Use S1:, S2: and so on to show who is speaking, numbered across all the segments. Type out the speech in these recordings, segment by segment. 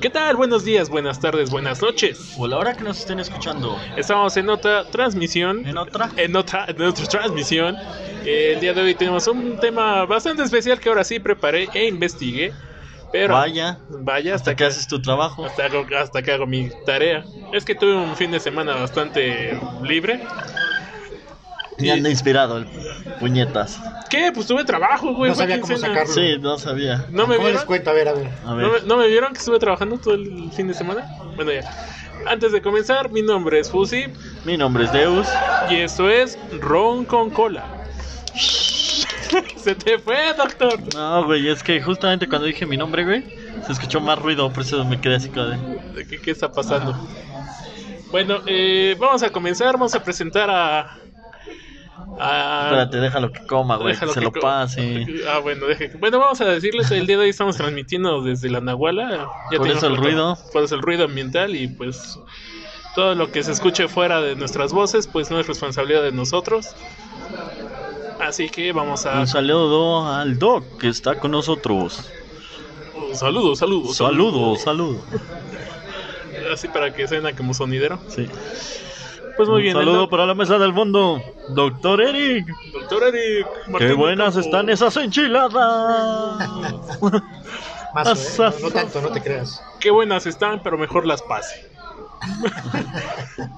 S1: ¿Qué tal? Buenos días, buenas tardes, buenas noches.
S2: O la hora que nos estén escuchando.
S1: Estamos en otra transmisión.
S2: En otra.
S1: En otra, en otra transmisión. Eh, El día de hoy tenemos un tema bastante especial que ahora sí preparé e investigué. Pero
S2: Vaya.
S1: vaya
S2: Hasta
S1: hasta,
S2: que haces tu trabajo.
S1: hasta, hago, hasta que hago mi tarea. Es que tuve un fin de semana bastante libre.
S2: Y anda inspirado el puñetas.
S1: ¿Qué? Pues tuve trabajo, güey.
S3: No
S1: fue
S3: sabía cómo
S1: quincena.
S3: sacarlo.
S2: Sí, no sabía.
S1: ¿No me
S3: ¿Cómo
S1: vieron?
S3: les cuento? A ver, a ver.
S2: A
S1: ¿No me,
S2: ver.
S1: no me vieron que estuve trabajando todo el fin de semana? Bueno, ya. Antes de comenzar, mi nombre es Fusi
S2: Mi nombre es Deus.
S1: y esto es Ron con Cola. Se te fue, doctor.
S2: No, güey, es que justamente cuando dije mi nombre, güey, se escuchó más ruido, por eso me quedé así como de.
S1: ¿Qué, qué está pasando? Bueno, eh, vamos a comenzar. Vamos a presentar a. a-
S2: Espérate, déjalo que coma, güey, que
S1: déjalo
S2: se
S1: que
S2: lo
S1: co-
S2: pase.
S1: Ah, bueno, deje que- bueno, vamos a decirles: el día de hoy estamos transmitiendo desde la Nahuala.
S2: Por
S1: tenemos
S2: eso el
S1: otro-
S2: ruido.
S1: Por eso el ruido ambiental y pues todo lo que se escuche fuera de nuestras voces, pues no es responsabilidad de nosotros. Así que vamos a.
S2: Un saludo al Doc que está con nosotros.
S1: Saludos, saludos.
S2: Saludo, saludo.
S1: Así para que suena como sonidero.
S2: Sí.
S1: Pues muy
S2: Un
S1: bien.
S2: saludo
S1: el doc-
S2: para la mesa del fondo, Doctor Eric.
S1: Doctor Eric Martín
S2: Qué
S1: del
S2: buenas
S1: Campo.
S2: están esas enchiladas.
S3: Más,
S2: Asaf.
S3: No tanto, no te creas.
S1: Qué buenas están, pero mejor las pase.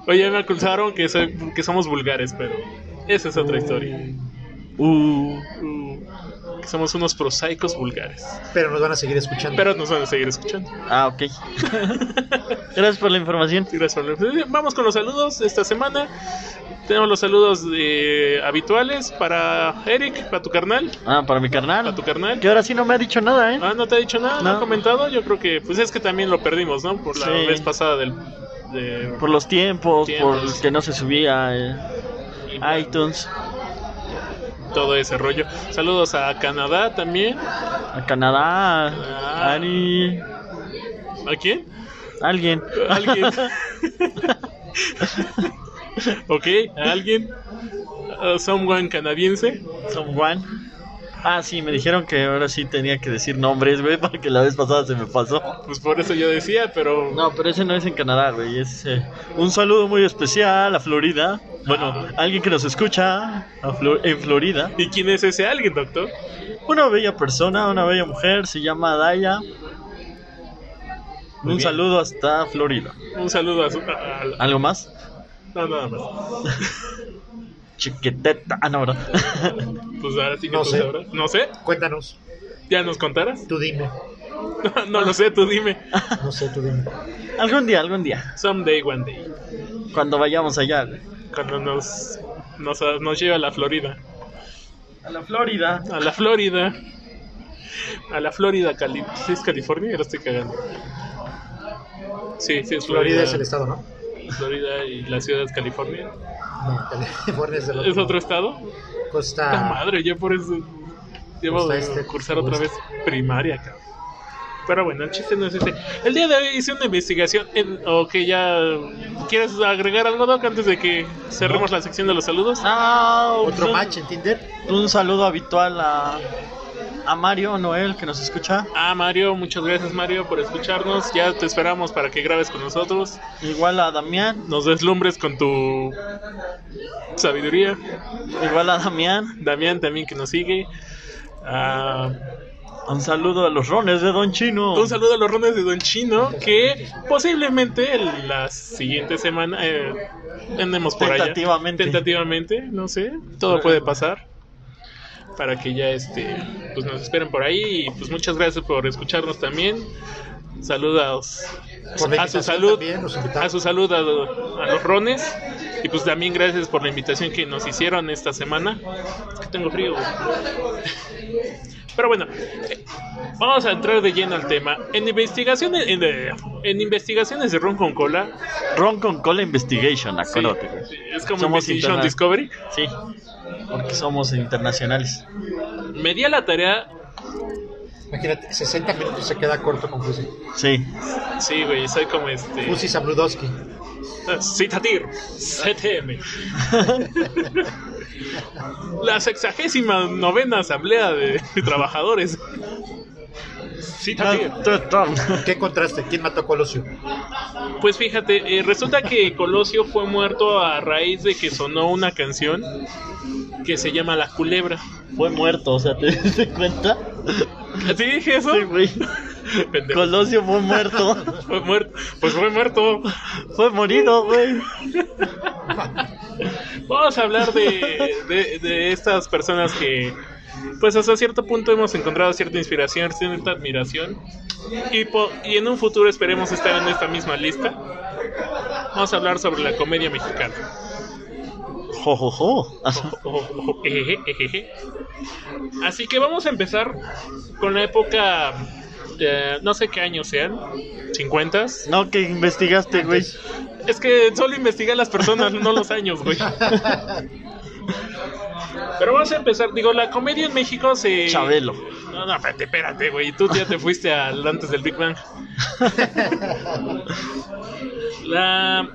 S1: Oye, me acusaron que, soy- que somos vulgares, pero esa es otra historia.
S2: Uh,
S1: Uh, que somos unos prosaicos vulgares.
S3: Pero nos van a seguir escuchando.
S1: Pero nos van a seguir escuchando.
S2: ah, ok. Gracias por la información.
S1: Gracias por la- Vamos con los saludos de esta semana. Tenemos los saludos eh, habituales para Eric, para tu carnal.
S2: Ah, para mi
S1: Para
S2: carnal.
S1: tu carnal.
S2: Que ahora sí no me ha dicho nada, ¿eh?
S1: Ah, no te ha dicho nada, no, ha
S2: No.
S1: comentado. Yo creo que, pues es que también lo perdimos, ¿no? Por la
S2: Sí.
S1: vez pasada del. de-
S2: Por los tiempos,
S1: Tiempos.
S2: por que no se subía eh, iTunes
S1: todo ese rollo. Saludos a Canadá también.
S2: a Canadá,
S1: Ah.
S2: a Ari,
S1: ¿A quién?
S2: alguien.
S1: Alguien. ok, ¿a alguien. Uh, someone canadiense.
S2: Someone. Ah, sí, me dijeron que ahora sí tenía que decir nombres, güey, porque la vez pasada se me pasó.
S1: Pues por eso yo decía, pero.
S2: No, pero ese no es en Canadá, güey. Es eh, un saludo muy especial a Florida. Bueno, alguien que nos escucha a Flo- en Florida.
S1: ¿Y quién es ese alguien, doctor?
S2: Una bella persona, una bella mujer, se llama Daya.
S1: Muy
S2: Un
S1: bien.
S2: saludo hasta Florida.
S1: Un saludo a su. a- a-
S2: ¿Algo más?
S1: no, nada más.
S2: Chiqueteta. Ah, no, ¿verdad?
S1: Pues ahora sí que
S3: No
S1: tú
S3: sé.
S1: sabrás. No sé,
S3: Cuéntanos,
S1: ¿ya nos contarás?
S3: tú dime.
S1: No, no lo sé, tú dime.
S3: No sé, tú dime.
S2: algún día, algún día.
S1: Someday, one day.
S2: Cuando vayamos allá, güey.
S1: Cuando nos, nos, nos lleva a la Florida.
S2: A la Florida.
S1: A la Florida. A la Florida, Cali ¿sí es California? Ahora estoy cagando. Sí, sí, es Florida.
S3: Florida es el estado, ¿no?
S1: Florida y la ciudad es California.
S3: No, California es el otro.
S1: ¿Es otro estado? La
S3: Costa.
S1: madre, yo por eso llevo
S3: Está
S1: a
S3: Ah. este,
S1: cursar
S3: por
S1: otra vez primaria, cabrón. Pero bueno, el chiste no es este. El día de hoy hice una investigación. En, o que ya. ¿Quieres agregar algo, Doc, antes de que cerremos la sección de los saludos?
S2: Ah,
S3: Otro
S2: un-
S3: match en Tinder.
S2: Un saludo habitual a, a Mario Noel que nos escucha.
S1: Ah, Mario, muchas gracias, Mario, por escucharnos. Ya te esperamos para que grabes con nosotros.
S2: Igual a Damián.
S1: Nos deslumbres con tu sabiduría.
S2: Igual a Damián.
S1: Damián también que nos sigue. Ah,
S2: Un saludo a los rones de Don Chino.
S1: un saludo a los rones de Don Chino que posiblemente la siguiente semana eh, andemos por allá.
S2: Tentativamente.
S1: Tentativamente, no sé, todo puede pasar. Para que ya este, pues nos esperen por ahí. Y pues muchas gracias por escucharnos también. Saludos
S3: Por la
S1: a su
S3: invitación
S1: salud,
S3: también, nos invitaron.
S1: a su salud a, a los rones y pues también gracias por la invitación que nos hicieron esta semana. Es que tengo frío. Pero bueno, eh, vamos a entrar de lleno al tema. En investigaciones en, eh, en investigaciones de Ron con cola,
S2: Ron con Cola Investigation,
S1: sí,
S2: acuérdate. güey.
S1: sí, es como
S2: Somos
S1: Investigation
S2: interna-
S1: Discovery.
S2: Sí, porque somos internacionales.
S1: Me di a la tarea,
S3: Imagínate, 60 minutos se queda corto con Fusi.
S2: Sí,
S1: sí, güey, soy como este
S3: Fusi Sabludowski.
S1: Citatir, CTM. La sexagésima novena asamblea de trabajadores. Sí,
S2: Ah.
S1: también.
S2: Tum.
S3: ¿Qué contraste? ¿Quién mató a Colosio?
S1: Pues fíjate, eh, resulta que Colosio fue muerto a raíz de que sonó una canción que se llama La Culebra.
S2: Fue muerto, o sea, ¿te diste cuenta?
S1: ¿Te dije eso?
S2: Sí, güey.
S1: Pendejo.
S2: Colosio fue muerto.
S1: Fue muerto. Pues fue muerto.
S2: Fue morido, güey.
S1: Vamos a hablar de, de- de estas personas que, pues hasta cierto punto hemos encontrado cierta inspiración, cierta admiración. Y, po- y en un futuro esperemos estar en esta misma lista. Vamos a hablar sobre la comedia mexicana.
S2: Jo, jo, jo.
S1: Ojo, ojo, ejeje, ejeje. Así que vamos a empezar con la época, eh, no sé qué años sean, 50
S2: No, que investigaste, güey.
S1: Es que solo investiga las personas, no los años, güey. Pero vamos a empezar, digo, la comedia en México se...
S2: Chabelo.
S1: No, no, espérate, espérate, güey, tú ya te fuiste al antes del Big Bang. La...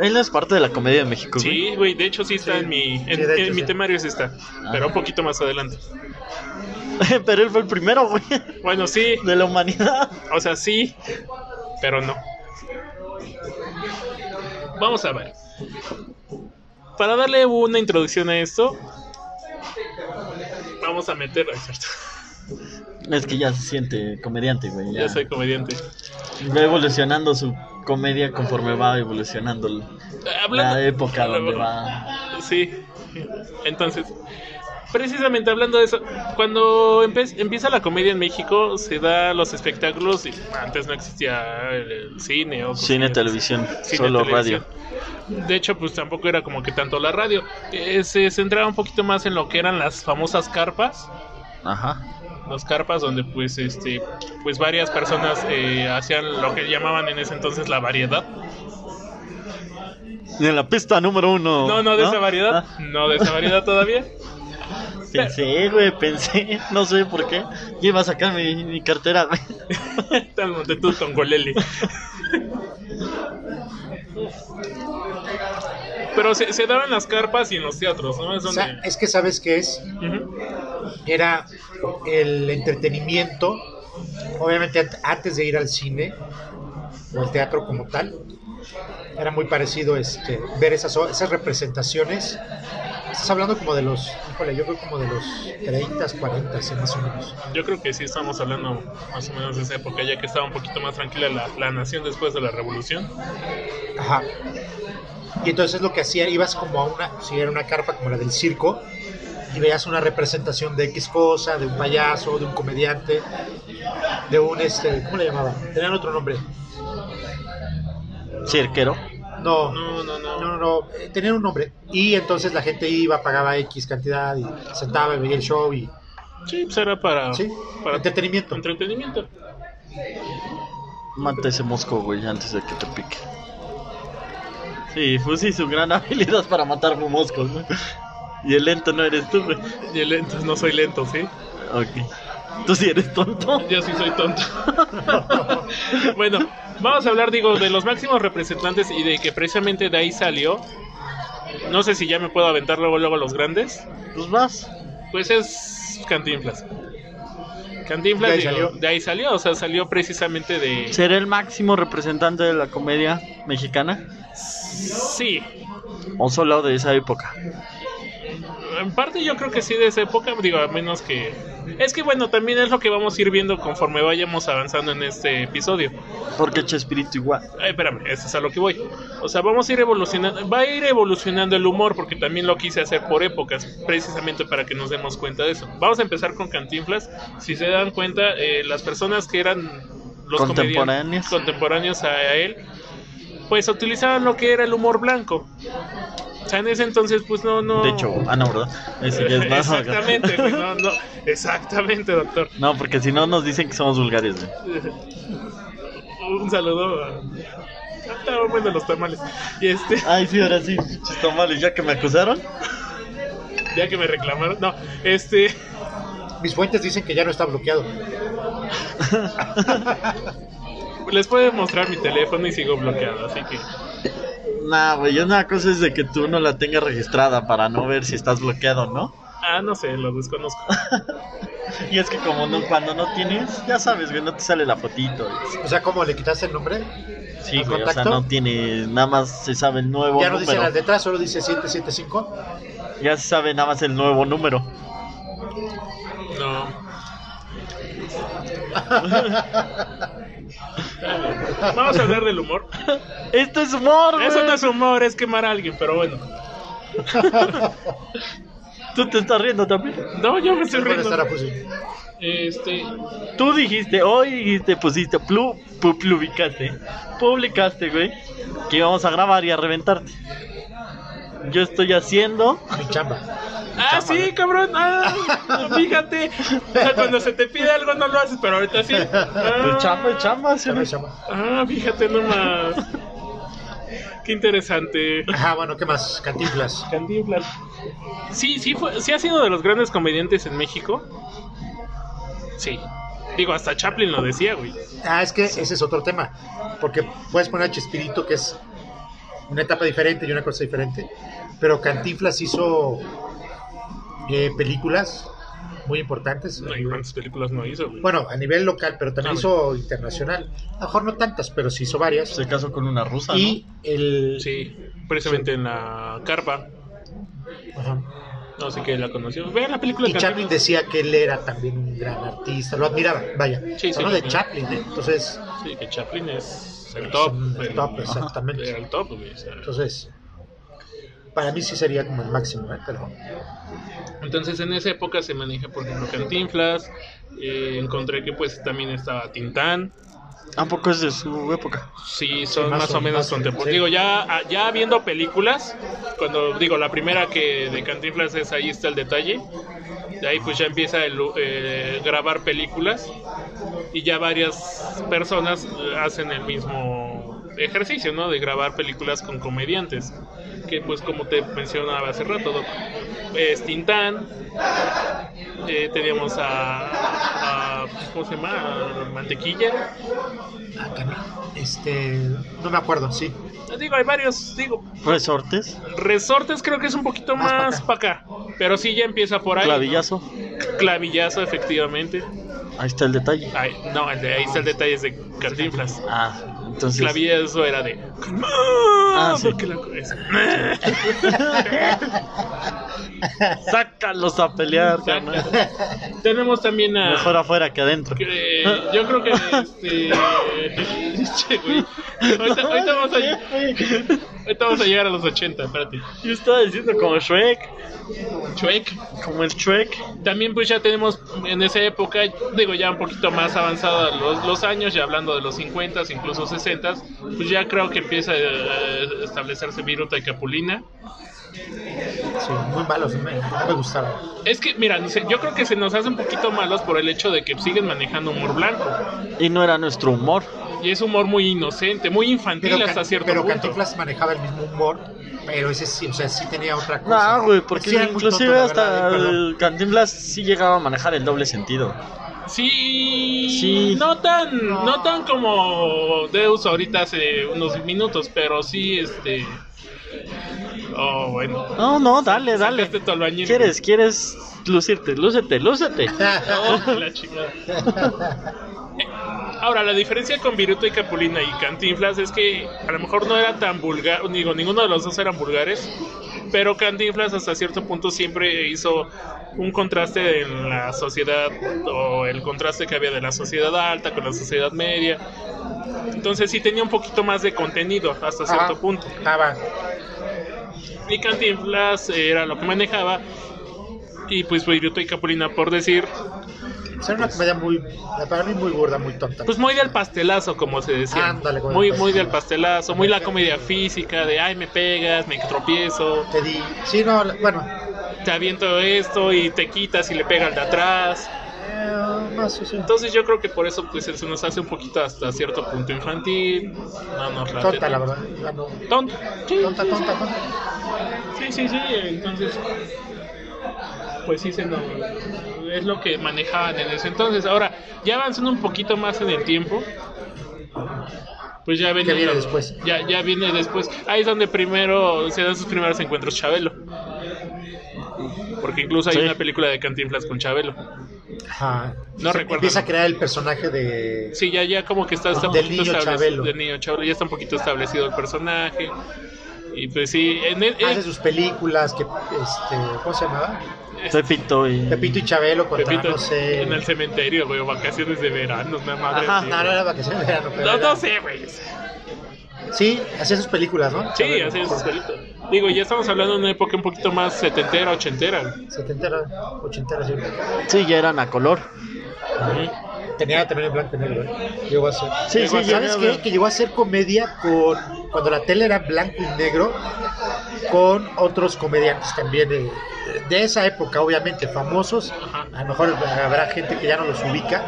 S2: Él es parte de la comedia de México, güey.
S1: Sí, güey, de hecho sí está
S3: Sí.
S1: en mi, en,
S3: Sí, de hecho,
S1: en mi
S3: sí.
S1: temario, sí está, pero un poquito más adelante.
S2: Pero él fue el primero, güey,
S1: Bueno, sí,
S2: de la humanidad.
S1: O sea, sí, pero no. Vamos a ver. Para darle una introducción a esto, vamos a meter. Ay, cierto,
S2: Es que ya se siente comediante, güey.
S1: Ya.
S2: Ya,
S1: soy comediante.
S2: va evolucionando su comedia conforme va evolucionando la- la época donde va.
S1: Sí. Entonces, precisamente hablando de eso, cuando empe- empieza la comedia en México, se da los espectáculos y antes no existía el, el cine o
S2: Cine,
S1: cosillas.
S2: televisión,
S1: Cine,
S2: solo
S1: televisión.
S2: radio.
S1: De hecho, pues tampoco era como que tanto la radio. Eh, se centraba un poquito más en lo que eran las famosas carpas.
S2: Ajá.
S1: Las carpas donde pues este pues varias personas eh, hacían lo que llamaban en ese entonces la variedad.
S2: Y en la pista número uno.
S1: No, no de esa variedad.
S2: Oh, Ah,
S1: No de esa variedad todavía.
S2: pensé, güey, pensé. No sé por qué. Yo iba a sacar mi, mi cartera, güey.
S1: Tal Montetú con Goleli. Pero se, se daban las carpas y en los teatros, ¿no? Es
S3: O
S1: donde...
S3: sea, es que sabes qué es.
S1: Ujú.
S3: Era el entretenimiento, obviamente an- antes de ir al cine o al teatro como tal. Era muy parecido este, ver esas, o- esas representaciones. Estás hablando como de los, híjole, yo creo como de los 30, 40, sí, más o menos.
S1: Yo creo que sí estamos hablando más o menos de esa época, ya que estaba un poquito más tranquila la, la nación después de la revolución.
S3: Ajá. Y entonces lo que hacía, ibas como a una, si era una carpa como la del circo, y veías una representación de X cosa, de un payaso, de un comediante, de un este, ¿cómo le llamaban? Tenían otro nombre.
S2: Cirquero.
S3: No, no,
S1: No, no, no.
S3: no, no, eh, tenían un nombre. Y entonces la gente iba, pagaba X cantidad y sentaba y veía el show y
S1: Sí, pues era para,
S3: sí,
S1: para
S3: entretenimiento.
S1: entretenimiento.
S2: Mata ese mosco, güey, antes de que te pique. Sí, Fusi, su gran habilidad para matar moscos, güey. Y el lento no eres tú, güey.
S1: Y el lento, no soy lento, ¿sí?
S2: Ok. Tú sí eres tonto.
S1: Yo sí soy tonto. bueno, vamos a hablar, digo, de los máximos representantes y de que precisamente de ahí salió. No sé si ya me puedo aventar luego, luego los grandes.
S2: Pues vas.
S1: Pues es Cantinflas. Cantinflas,
S3: De ahí
S1: digo,
S3: salió.
S1: de ahí salió, o sea, salió precisamente de...
S2: ¿Será el máximo representante de la comedia mexicana?
S1: sí.
S2: ¿O solo de esa época?
S1: En parte yo creo que sí de esa época, digo, a menos que... Es que bueno, también es lo que vamos a ir viendo conforme vayamos avanzando en este episodio.
S2: Porque Chespirito igual.
S1: Ay, espérame, eso es a lo que voy. O sea, vamos a ir evolucionando, va a ir evolucionando el humor porque también lo quise hacer por épocas, precisamente para que nos demos cuenta de eso. Vamos a empezar con Cantinflas. Si se dan cuenta, eh, las personas que eran los
S2: Contemporáneos.
S1: comediantes contemporáneos a, a él, pues utilizaban lo que era el humor blanco. O sea, en ese entonces, pues no, no.
S2: De hecho, ah, no, ¿verdad? Ese ya es más.
S1: Exactamente, güey, no, no, exactamente, doctor.
S2: No, porque si no nos dicen que somos vulgares, güey.
S1: Un saludo a... Ah, bueno, los tamales. Y este,
S2: Ay, sí, ahora sí. Chis tamales, ya que me acusaron.
S1: ya que me reclamaron, no, este,
S3: Mis fuentes dicen que ya no está bloqueado.
S1: les puedo mostrar mi teléfono y sigo bloqueado, así que
S2: Nah, güey, una cosa es de que tú no la tengas registrada para no ver si estás bloqueado, ¿no?
S1: ah, no sé, lo desconozco.
S2: Y es que como no, cuando no tienes, ya sabes, güey, no te sale la fotito. güey.
S3: O sea, ¿cómo le quitaste el nombre?
S2: Sí,
S3: ¿Al
S2: güey, o sea,
S3: contacto?
S2: no tienes, nada más se sabe el nuevo
S3: Ya no dice
S2: número.
S3: las letras, solo dice 775.
S2: Ya se sabe nada más el nuevo número.
S1: No. Vamos a hablar del humor.
S2: Esto es humor, güey.
S1: Eso no es humor, es quemar a alguien, pero bueno.
S2: Tú te estás riendo también.
S1: No, yo me estoy
S3: Puede estar a
S1: riendo.
S3: fusil.
S1: Este,
S2: Tú dijiste, hoy dijiste, pusiste, plu, pu- publicaste, publicaste, güey, que íbamos a grabar y a reventarte. Yo estoy haciendo.
S3: Mi chamba.
S1: Ah, sí, cabrón. Ah, fíjate. O sea, cuando se te pide algo no lo haces, pero ahorita sí. Ah,
S2: Pues chamba, chamba, sí,
S3: Chamba,
S2: ¿no?
S3: chamba.
S1: Ah, fíjate nomás. Qué interesante.
S3: Ajá, bueno, ¿qué más? Cantinflas.
S1: Cantinflas. Sí, sí, fue, sí ha sido de los grandes comediantes en México. Sí. Digo, hasta Chaplin lo decía, güey.
S3: Ah, es que ese es otro tema. Porque puedes poner a Chespirito, que es una etapa diferente y una cosa diferente. Pero Cantinflas hizo eh, películas muy importantes.
S1: No, ¿y ¿Cuántas películas no hizo, güey?
S3: Bueno, a nivel local, pero también
S1: Ah,
S3: hizo internacional. A lo mejor no tantas, pero sí hizo varias.
S2: Se casó con una rusa,
S3: Y el.
S1: ah, Sí, precisamente en la carpa.
S3: Ajá.
S1: No sé qué la conoció. Vean la película
S3: Y Chaplin
S1: Cantinflas.
S3: decía que él era también un gran artista, lo admiraba, vaya.
S1: Sí, sí,
S3: Habló de
S1: claro.
S3: Chaplin, ¿eh? entonces.
S1: Sí, que Chaplin es el top.
S3: El top, exactamente.
S1: Era el top, güey. o sea.
S3: Entonces, para mí sí sería como el máximo, ¿eh? pero
S1: Entonces en esa época se maneja, por ejemplo, Cantinflas. eh, encontré que pues también estaba Tintán.
S2: ¿no? Tampoco es de su época.
S1: Sí, son
S3: Sí,
S1: más,
S3: más
S1: o
S3: o-
S1: menos
S3: más o menos,
S1: contemporáneos.
S3: sí.
S1: Digo, ya, ah, ya viendo películas, cuando digo la primera que de Cantinflas es ahí está el detalle. De ahí pues ya empieza el eh, grabar películas y ya varias personas eh, hacen el mismo ejercicio, ¿no? De grabar películas con comediantes. Que pues como te mencionaba hace rato, Doc, es Tintán. eh, teníamos a, a- ¿Cómo se llama? A Mantequilla.
S3: Ah, caray. este, no me acuerdo, sí.
S1: Digo, hay varios, digo,
S2: Pues Resortes,
S1: resortes creo que es un poquito
S3: Más pa'
S1: más
S3: acá.
S1: para acá, pero sí ya empieza por ahí. ¿no?
S2: clavillazo.
S1: Clavillazo, efectivamente.
S2: Ahí está el detalle.
S1: Ay, no, el de- ahí está el detalle es de Cantinflas.
S2: Ah, entonces.
S1: Clavillazo era de...
S2: Ah, sí.
S1: Que la- es-
S2: Sácalos a pelear, carnal.
S1: Tenemos también a...
S2: Mejor afuera que adentro.
S1: que- yo creo que este... che, güey. Ahorita, ahorita vamos a, ahorita vamos a llegar a los 80, espérate.
S2: Yo estaba diciendo como Shrek,
S1: Chuec.
S2: como el Shrek.
S1: También pues ya tenemos en esa época, digo ya un poquito más avanzada los, los años, ya hablando de los 50, incluso 60, pues ya creo que empieza eh, a establecerse Viruta y Capulina.
S3: Sí, muy malos, me, no me gustaron.
S1: Es que, mira, no sé, yo creo que se nos hace un poquito malos por el hecho de que siguen manejando humor blanco.
S2: Y no era nuestro humor.
S1: Y es humor muy inocente, muy infantil
S3: Pero,
S1: hasta
S3: Can-
S1: cierto
S3: pero
S1: punto.
S3: Cantinflas manejaba el mismo humor, pero ese sí, o sea, sí tenía otra cosa.
S2: No, güey, porque
S3: Sí, era muy
S2: inclusive
S3: tonto, la
S2: hasta
S3: verdad, eh, perdón.
S2: el Cantinflas sí llegaba a manejar el doble sentido.
S1: Sí,
S2: Sí.
S1: no tan, no tan como Deus ahorita hace unos minutos, pero sí, este... Oh, bueno.
S2: No, no, dale, dale.
S1: Sacaste tu albañil.
S2: ¿Quieres, quieres lucirte? Lúcete, lúcete.
S1: Oh, la chingada. Eh, Ahora, la diferencia con Viruta y Capulina y Cantinflas es que a lo mejor no era tan vulgar, digo, ninguno de los dos eran vulgares, pero Cantinflas hasta cierto punto siempre hizo un contraste en la sociedad o el contraste que había de la sociedad alta con la sociedad media. Entonces sí tenía un poquito más de contenido hasta cierto
S3: Ajá.
S1: punto.
S3: Ah, va.
S1: Y Cantinflas era lo que manejaba y pues Viruta y Capulina, por decir,
S3: O sea, era una comedia muy, para mí muy burda, muy tonta.
S1: Pues muy del pastelazo, como se decía.
S3: Ándale, como
S1: muy,
S3: del
S1: muy del
S3: pastelazo.
S1: pastelazo, muy la comedia física, de ay, me pegas, me tropiezo,
S3: Te di, sí, no, la- bueno,
S1: te aviento esto y te quitas y le pega al de atrás.
S3: eh, más o sea,
S1: Entonces yo creo que por eso pues se nos hace un poquito hasta cierto punto infantil. No nos late
S3: tonta, la
S1: tanto.
S3: verdad. Ah, no.
S1: Tonto. Sí,
S3: Tonta, tonta, tonta.
S1: sí, sí, sí, entonces pues sí se nos es lo que manejaban en ese entonces. Ahora, ya avanzando un poquito más en el tiempo, pues ya viene,
S3: viene
S1: lo-
S3: después.
S1: Ya, ya viene después. Ahí es donde primero se dan sus primeros encuentros Chabelo. Porque incluso hay
S2: Sí.
S1: una película de Cantinflas con Chabelo.
S3: Ajá.
S1: No
S3: Se-
S1: recuerdo.
S3: Empieza a crear el personaje de.
S1: Sí, ya, ya como que está, está un
S3: Del
S1: poquito
S3: niño
S1: establecido.
S3: Chabelo.
S1: Del niño Chabelo, ya está un poquito establecido el personaje. Y pues sí, en el,
S3: Hace
S1: en-
S3: sus películas que. Este, ¿Cómo se llamaba?
S2: Pepito y.
S3: Pepito y Chabelo contra
S1: Pepito,
S3: no sé.
S1: en el cementerio, güey, vacaciones de verano, una madre.
S3: Ajá,
S1: así,
S3: no, no
S1: güey.
S3: era vacaciones de verano, pero
S1: no,
S3: era-
S1: no sé, güey.
S3: Sí, hacía sus películas, ¿no?
S1: Sí, así es, solito. Digo, ya estamos hablando de una época un poquito más setentera, ochentera.
S3: Setentera, ochentera, sí.
S2: Sí, ya eran a color.
S3: Tenía también en blanco y negro, ¿eh? Llegó a ser.
S2: Sí,
S1: Llegó
S2: sí,
S1: a
S2: ya
S3: ¿Sabes
S2: ya-
S3: qué? Que llegó a hacer comedia con. Cuando la tele era en blanco y negro, con otros comediantes también de, de esa época, obviamente, famosos.
S1: Ajá.
S3: A lo mejor habrá gente que ya no los ubica,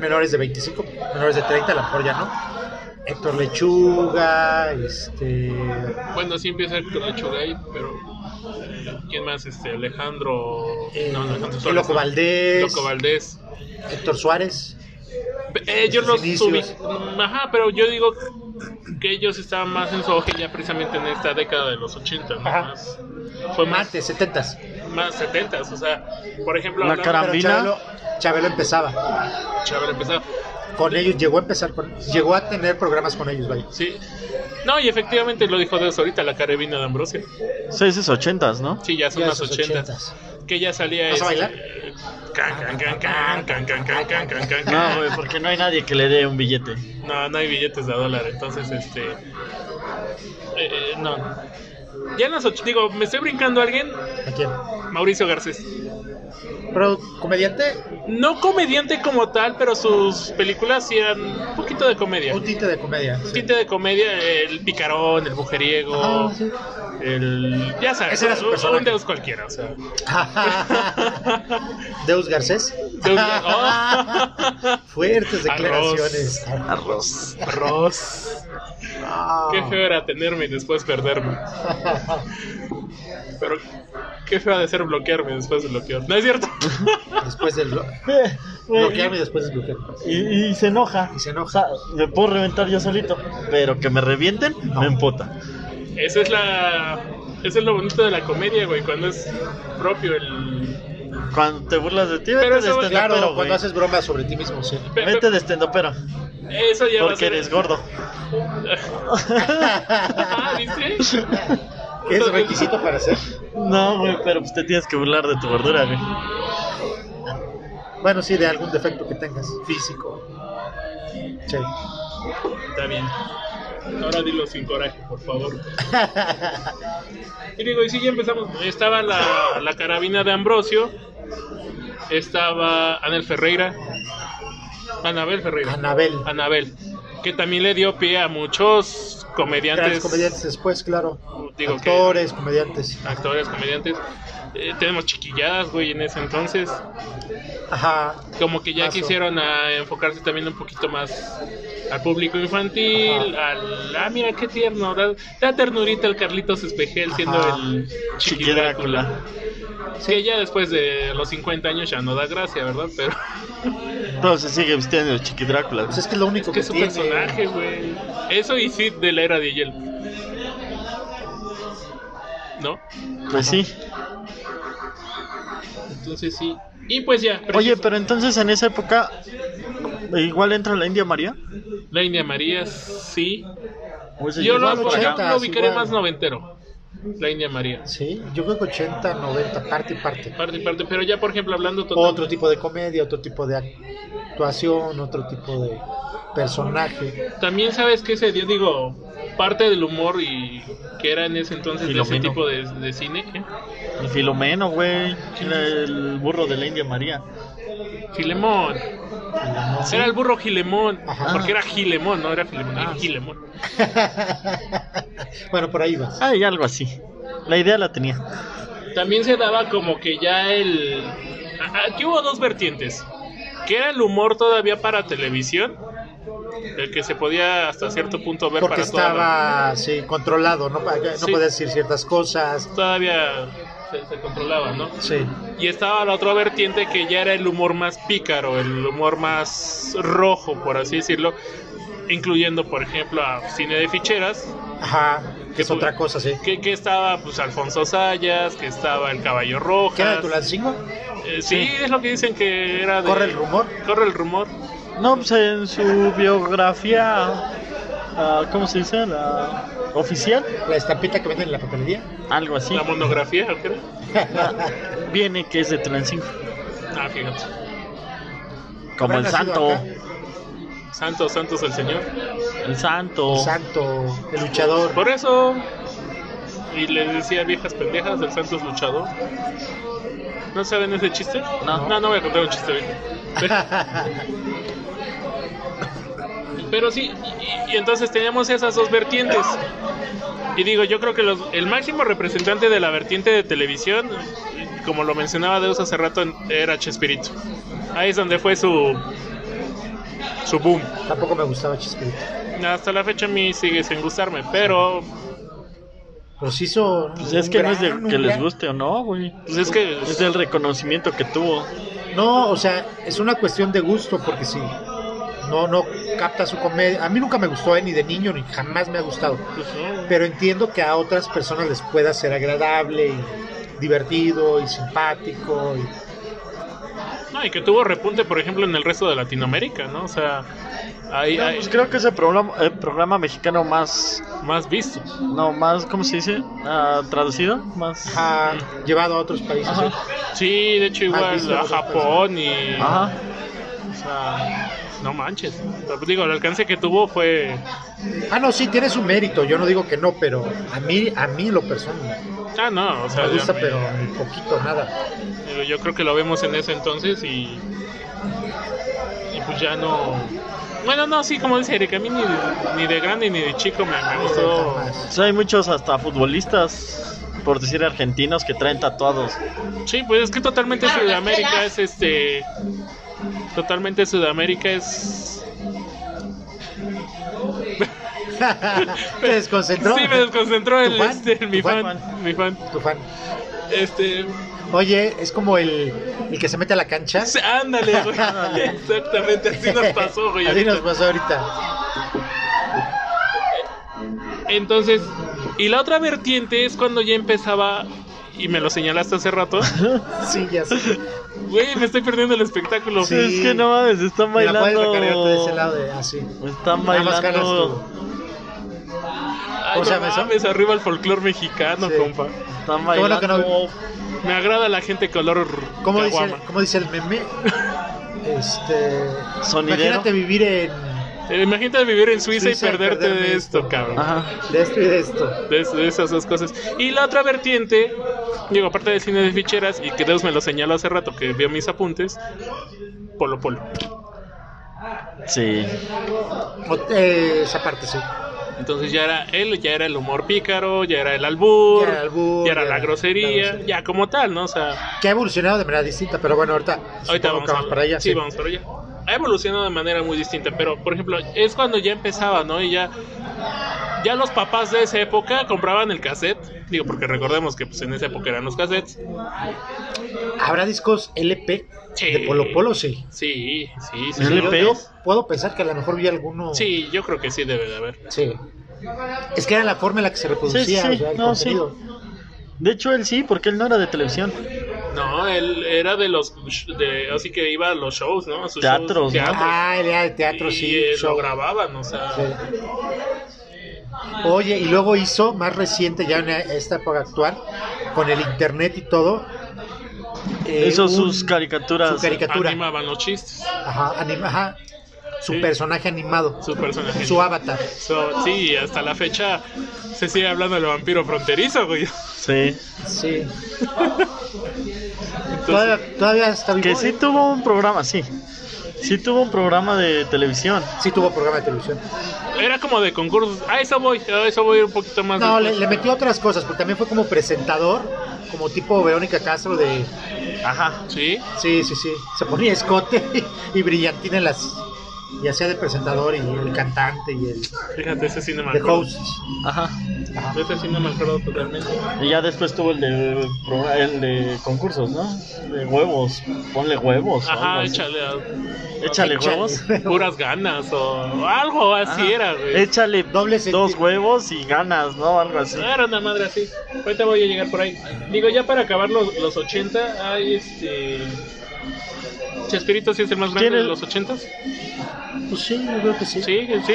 S3: menores de 25, menores de 30, a lo mejor ya no. Héctor Lechuga, este.
S1: Bueno, sí empieza el Chugay, pero. ¿Quién más? Este, Alejandro.
S3: Eh,
S1: no, Alejandro
S3: el
S1: Suárez,
S3: Loco
S1: no.
S3: Valdés.
S1: Loco Valdés.
S3: Héctor Suárez.
S1: Eh, yo
S3: Sus
S1: los
S3: inicios.
S1: subí. mm, Ajá, pero yo digo que ellos estaban más en su auge ya precisamente en esta década de los 80, ¿no?
S3: Ajá.
S1: Más- fue más,
S3: Antes, 70
S1: más 70, o sea, por ejemplo,
S2: Una
S1: hablando-
S2: cara-
S3: Pero
S2: Gambina.
S3: Chabelo, Chabelo empezaba.
S1: Chabelo empezaba.
S3: Con ellos, llegó a empezar con. Llegó a tener programas con ellos, vaya.
S1: Sí. No, y efectivamente lo dijo Dios ahorita, la carabina de Ambrosio.
S2: Sí, esos ochentas, ¿no?
S1: Sí, ya son
S3: Ya
S1: las
S3: esos
S1: 80.
S3: ochentas.
S1: Que ya salía.
S3: ¿Vas a
S1: este,
S3: bailar?
S1: Can, can, can, can, can, can, can, can, can, can, can.
S2: No, güey, porque no hay nadie que le dé un billete.
S1: No, no hay billetes de a dólar, entonces este. eh, eh, no. Ya en las ocho. Digo, me estoy brincando a alguien.
S3: ¿A quién?
S1: Mauricio Garcés.
S3: Pero, comediante,
S1: No comediante como tal, pero sus películas sí eran un poquito de comedia.
S3: un
S1: Un
S3: tinte de comedia. sí.
S1: tinte de comedia, el picarón, el mujeriego.
S3: Ah, sí.
S1: El. Ya sabes,
S3: Ese era su
S1: un-
S3: personaje.
S1: un deus cualquiera, o sea.
S3: Deus Garcés.
S1: Deus- oh.
S3: Fuertes
S1: Arroz.
S3: declaraciones.
S2: Arroz.
S1: Ross.
S3: Ah.
S1: Qué feo era tenerme y después perderme. Pero qué feo ha de ser bloquearme y después de bloquear. No es cierto.
S3: Después del blo- bloquearme y después desbloquearme.
S2: Y, y se enoja.
S3: Y se enoja.
S2: O sea, me puedo reventar yo solito. Pero que me revienten, me empota.
S1: Esa es la. Eso es lo bonito de la comedia, güey. Cuando es propio el.
S2: Cuando te burlas de ti, vete
S1: Pero
S2: de
S1: eso-
S2: estendopero,
S3: Claro,
S2: güey.
S3: cuando haces bromas sobre ti mismo, sí.
S1: Pe- pe-
S2: Vete de estendopero.
S1: Eso ya va a
S2: Porque
S1: ser.
S2: eres gordo.
S1: Ah, ¿viste?
S3: Es requisito para ser.
S2: No, güey, pero pues te tienes que burlar de tu gordura, güey.
S3: Bueno, sí, de algún defecto que tengas, físico. Sí.
S1: Está bien. Ahora dilo sin coraje, por favor. Y digo, y sí, ya empezamos. Estaba la, la carabina de Ambrosio. Estaba Anel Ferreira. Anabel Ferreira.
S3: Anabel.
S1: Anabel, que también le dio pie a muchos comediantes,
S3: Grandes comediantes después, claro.
S1: Digo que-
S3: Actores, comediantes.
S1: actores, comediantes. Eh, tenemos chiquilladas, güey, en ese entonces.
S3: Ajá.
S1: Como que ya
S3: Mazo.
S1: quisieron a enfocarse también un poquito más al público infantil, al... Ah, mira, qué tierno. Da, da ternurita el Carlitos Espejel siendo
S3: Ajá.
S1: el
S2: Chiqui Drácula.
S1: chiquidrácula. Que ya después de los 50 años ya no da gracia, ¿verdad? Pero
S2: Pero se sigue vistiendo de Chiqui Drácula. güey.
S3: Pues es que es lo único
S1: que
S3: que,
S1: es su
S3: tiene.
S1: personaje, güey. Eso y Sid de la era de hielo. ¿No?
S2: Pues sí.
S1: Entonces sí. Y pues ya.
S2: Oye,
S1: preciso.
S2: pero entonces en esa época igual entra la India María.
S1: La India María, sí.
S2: ¿O
S3: pues,
S2: ese
S1: Yo
S2: llegó
S1: lo,
S2: por acá?
S3: ochenta.
S1: yo lo ubicaré
S3: igual.
S1: más noventero. La India María.
S3: Sí, yo creo que 80, 90, parte y parte.
S1: Parte y parte. Pero ya, por ejemplo, hablando total-
S3: Otro tipo de comedia, otro tipo de actuación, otro tipo de personaje.
S1: También sabes que ese, yo digo, parte del humor y que era en ese entonces de ese
S2: Filomeno.
S1: tipo de, de cine. ¿eh?
S2: El Filomeno, güey. Era el burro de la India María.
S1: Gilemón. Era el burro Gilemón.
S3: Ajá.
S1: Porque era Gilemón, no era Filemón. era
S2: Ah.
S1: Gilemón.
S3: bueno, por ahí
S1: Ah,
S3: vas.
S2: Ay, algo así. La idea la tenía.
S1: También se daba como que ya el... a- Aquí hubo dos vertientes. Que era el humor todavía para televisión. El que se podía hasta cierto punto ver
S3: Porque
S1: para toda la-
S3: estaba sí, controlado, no, Pa- no
S1: Sí.
S3: podía decir ciertas cosas.
S1: Todavía se, se controlaba, ¿no?
S3: Sí,
S1: Y estaba la otra vertiente que ya era el humor más pícaro, el humor más rojo, por así decirlo. Incluyendo, por ejemplo, a cine de ficheras,
S3: ajá. que es
S1: pu-
S3: otra cosa, sí.
S1: Que, que estaba pues Alfonso Sayas, que estaba el Caballo Rojas.
S3: ¿Qué era de Tulancingo?
S1: Eh, Ah, sí, es lo que dicen que era de...
S3: Corre el rumor.
S1: Corre el rumor.
S2: No, pues en su biografía, ah, ¿cómo se dice? La oficial,
S3: La estampita que venden en la papelería.
S2: algo así,
S1: La monografía, ¿o qué era?
S2: viene que es de Tulancingo,
S1: Ah, fíjate.
S2: como
S3: Habrá
S2: el
S3: nacido
S2: santo,
S3: acá.
S1: Santos, Santos el Señor.
S2: el santo,
S3: Santo, el luchador.
S1: Por eso. Y les decía viejas pendejas del Santos Luchador. ¿No saben ese chiste?
S2: No.
S1: No, no voy a contar un chiste ahorita. Pero- Pero sí, y, y entonces teníamos esas dos vertientes. Y digo, yo creo que los- el máximo representante de la vertiente de televisión, como lo mencionaba Deus hace rato, era Chespirito. Ahí es donde fue su, su boom.
S3: Tampoco me gustaba Chespirito.
S1: Hasta la fecha a mí sigue sin gustarme, pero
S3: Pero sí hizo.
S2: pues es
S3: un
S2: que no es
S3: gran-
S2: de
S3: un
S2: que les
S3: gran-
S2: guste o no, güey,
S1: pues es que...
S2: es del reconocimiento que tuvo,
S3: No, o sea, es una cuestión de gusto, porque si no, no capta su comedia. A mí nunca me gustó, eh, ni de niño, ni jamás me ha gustado.
S1: pues, no.
S3: Pero entiendo que a otras personas les pueda ser agradable y divertido y simpático. y-
S1: No, y que tuvo repunte, por ejemplo, en el resto de Latinoamérica, ¿no? O sea, ahí,
S2: No,
S1: ahí-
S2: pues creo que es el programa, el programa mexicano más,
S1: más visto.
S2: no, más, ¿cómo se dice? Ah, traducido, más,
S3: Ajá, llevado a otros países.
S2: Ajá.
S3: ¿sí?
S1: Sí, de hecho
S3: Más
S1: igual
S3: visto pues,
S1: a
S3: por otras
S1: Japón y...
S2: ajá,
S1: O sea, no manches. Digo, el alcance que tuvo fue.
S3: Ah, no, sí, tiene su mérito. Yo no digo que no, pero a mí, a mí lo personal
S1: Ah, no, o sea.
S3: me gusta,
S1: yo-
S3: pero poquito, nada.
S1: digo, yo creo que lo vemos en ese entonces y. Y pues ya no. Bueno, no, sí, como dice Eric, a mí ni, ni de grande ni de chico me, me gustó.
S3: Jamás.
S2: Pues hay muchos hasta futbolistas, por decir argentinos, que traen tatuados.
S1: Sí, pues es que totalmente Sudamérica es este. Totalmente Sudamérica es.
S3: Te desconcentró.
S1: Sí, me desconcentró el,
S3: ¿Tu fan?
S1: este, el- mi
S3: ¿Tu fan?
S1: fan. Mi fan.
S3: Tu fan.
S1: Este.
S3: Oye, es como el, el que se mete a la cancha.
S1: Sí, Ándale, güey. Exactamente, así nos pasó, güey.
S3: Así nos
S1: ahorita.
S3: pasó ahorita.
S1: Entonces, y la otra vertiente es cuando ya empezaba, y me lo señalaste hace rato,
S3: Sí, ya sé.
S1: güey, me estoy perdiendo el espectáculo.
S3: Sí,
S2: Es que no mames, están
S3: Mira, puedes recargarte de
S2: bailando.
S3: ese lado de así.
S2: Están
S3: Nada más jalas
S2: bailando.
S3: tu-
S1: Ay,
S3: o sea,
S1: no
S3: me so-
S1: mames, arriba el folclore mexicano,
S3: Sí.
S1: compa.
S2: Están
S3: Qué bueno que no-
S2: bailando.
S1: Me agrada la gente color
S3: ¿Cómo dice,
S1: caguama.
S3: cómo dice el meme? Este.
S2: Sonidero.
S3: Imagínate vivir en.
S1: Eh, Imagínate vivir en Suiza
S3: Suiza
S1: y
S3: y
S1: perderte
S3: perderme
S1: de
S3: esto.
S1: esto, cabrón.
S2: Ajá.
S3: De esto y de esto.
S1: De, de esas dos cosas. Y la otra vertiente, digo, aparte del cine de ficheras, y que Deus me lo señaló hace rato que vio mis apuntes, Polo Polo.
S2: Sí.
S3: O- eh, esa parte, sí.
S1: Entonces ya era él, ya era el humor pícaro, ya era el albur,
S3: Ya era el albur,
S1: ya era
S3: ya
S1: la
S3: era
S1: grosería,
S3: la grosería.
S1: ya como tal, ¿no? O sea,
S3: Que ha evolucionado de manera distinta, pero bueno, ahorita.
S1: ahorita
S3: supongo
S1: vamos,
S3: que
S1: a-
S3: para allá.
S1: Sí, vamos para allá. Ha evolucionado de manera muy distinta, pero por ejemplo, es cuando ya empezaba, ¿no? Y ya ya los papás de esa época compraban el cassette, digo, porque recordemos que pues en esa época eran los cassettes.
S3: ¿Habrá discos LP
S1: Sí.
S3: de Polo Polo? Sí.
S1: Sí, sí, sí.
S2: ¿El
S1: yo-
S2: LP?
S3: Yo puedo pensar que a lo mejor vi alguno.
S1: Sí, yo creo que sí debe de haber.
S3: Sí. Es que era la forma en la que se reproducía
S2: Sí, sí,
S3: o sea, el
S2: no, sí.
S3: contenido.
S2: De hecho, él sí, porque él no era de televisión.
S1: No, él era de los sh- de, así que iba a los shows, ¿no? A sus shows,
S2: Teatros, ¿no?
S1: teatros.
S3: Ah, era de teatro,
S1: y,
S3: sí.
S1: eh,
S3: show.
S1: lo grababan, o sea.
S3: Sí. Oye, y luego hizo más reciente, ya en esta época actual, con el internet y todo. eh,
S2: Hizo
S3: un-
S2: sus caricaturas.
S3: Su caricatura.
S1: Animaban los chistes,
S3: Ajá, anima- ajá, Su
S1: Sí.
S3: personaje animado.
S1: su personaje.
S3: Su avatar.
S1: So, sí, hasta la fecha se sigue hablando del vampiro fronterizo, güey.
S2: Sí.
S3: Sí.
S1: Entonces,
S3: Todavía, todavía está vivo.
S2: Que sí
S3: ¿eh?
S2: tuvo un programa, sí. Sí tuvo un programa de televisión.
S3: Sí tuvo programa de televisión.
S1: era como de concursos. A eso voy, a eso voy un poquito más.
S3: No, le,
S1: después.
S3: le metió otras cosas, porque también fue como presentador, como tipo Verónica Castro de...
S2: Ajá.
S1: Sí,
S3: Sí, sí, sí. Se ponía escote y, brillantina en las y hacía de presentador y el cantante y el
S1: Fíjate, ese sí no me
S3: de
S1: acuerdo.
S3: host.
S2: Ajá.
S3: Ajá.
S1: Ese sí no me acuerdo totalmente.
S2: Y ya después tuvo el de, pro- el de concursos, ¿no? De huevos. Ponle huevos. o algo
S1: Ajá,
S2: así.
S1: échale. a-
S2: Échale
S3: Échale.
S2: huevos.
S1: Puras ganas o algo así
S2: Ajá.
S1: era, güey.
S2: Échale
S3: Doble
S2: dos
S3: sentido.
S2: huevos y ganas, ¿no? Algo así.
S1: Ah, Era una madre así. Ahorita voy a llegar por ahí. Digo, ya para acabar los, los 80, hay este. Chespirito sí es el más grande
S2: ¿Quién
S1: de
S2: es?
S1: los 80.
S3: Pues sí, yo creo que sí.
S1: Sí, sí.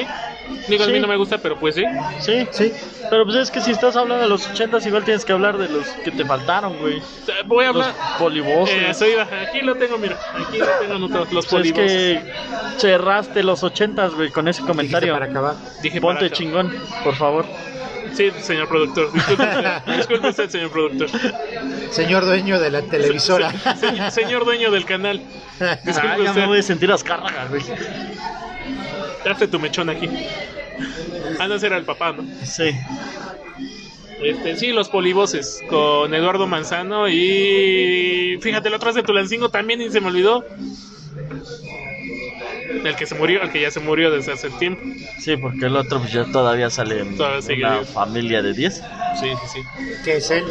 S1: Digo, a mí
S2: Sí.
S1: no me gusta, pero pues sí.
S2: Sí,
S3: Sí.
S2: Pero pues es que si estás hablando de los ochentas, igual tienes que hablar de los que te faltaron, güey.
S1: Voy a
S2: Los
S1: hablar.
S2: poliboses.
S1: Eh, soy baja. Aquí lo tengo, mira. Aquí lo tengo anotado. Los
S2: O sea, Pues es
S1: poliboses.
S2: que cerraste los ochentas, güey, con ese
S3: Dijiste
S2: comentario.
S3: para acabar.
S1: Dije
S2: Ponte
S1: para-
S2: chingón, por favor.
S1: Sí, señor productor. Disculpe usted, disculpe usted, señor productor.
S3: Señor dueño de la televisora.
S1: Se- se- señor dueño del canal. Disculpe
S2: Ah, ya
S1: usted.
S2: me voy a sentir las cargas, güey.
S1: Hazte tu mechón aquí. Ah, no, ese era el papá, ¿no?
S2: Sí.
S1: Este, sí, los polivoces con Eduardo Manzano y fíjate, el otro es de Tulancingo también y se me olvidó. El que se murió, el que ya se murió desde hace tiempo.
S2: Sí, porque el otro pues, ya todavía sale en
S1: Todavía sigue
S2: una
S1: vivo.
S2: familia de 10.
S1: Sí, sí, sí.
S3: que es él.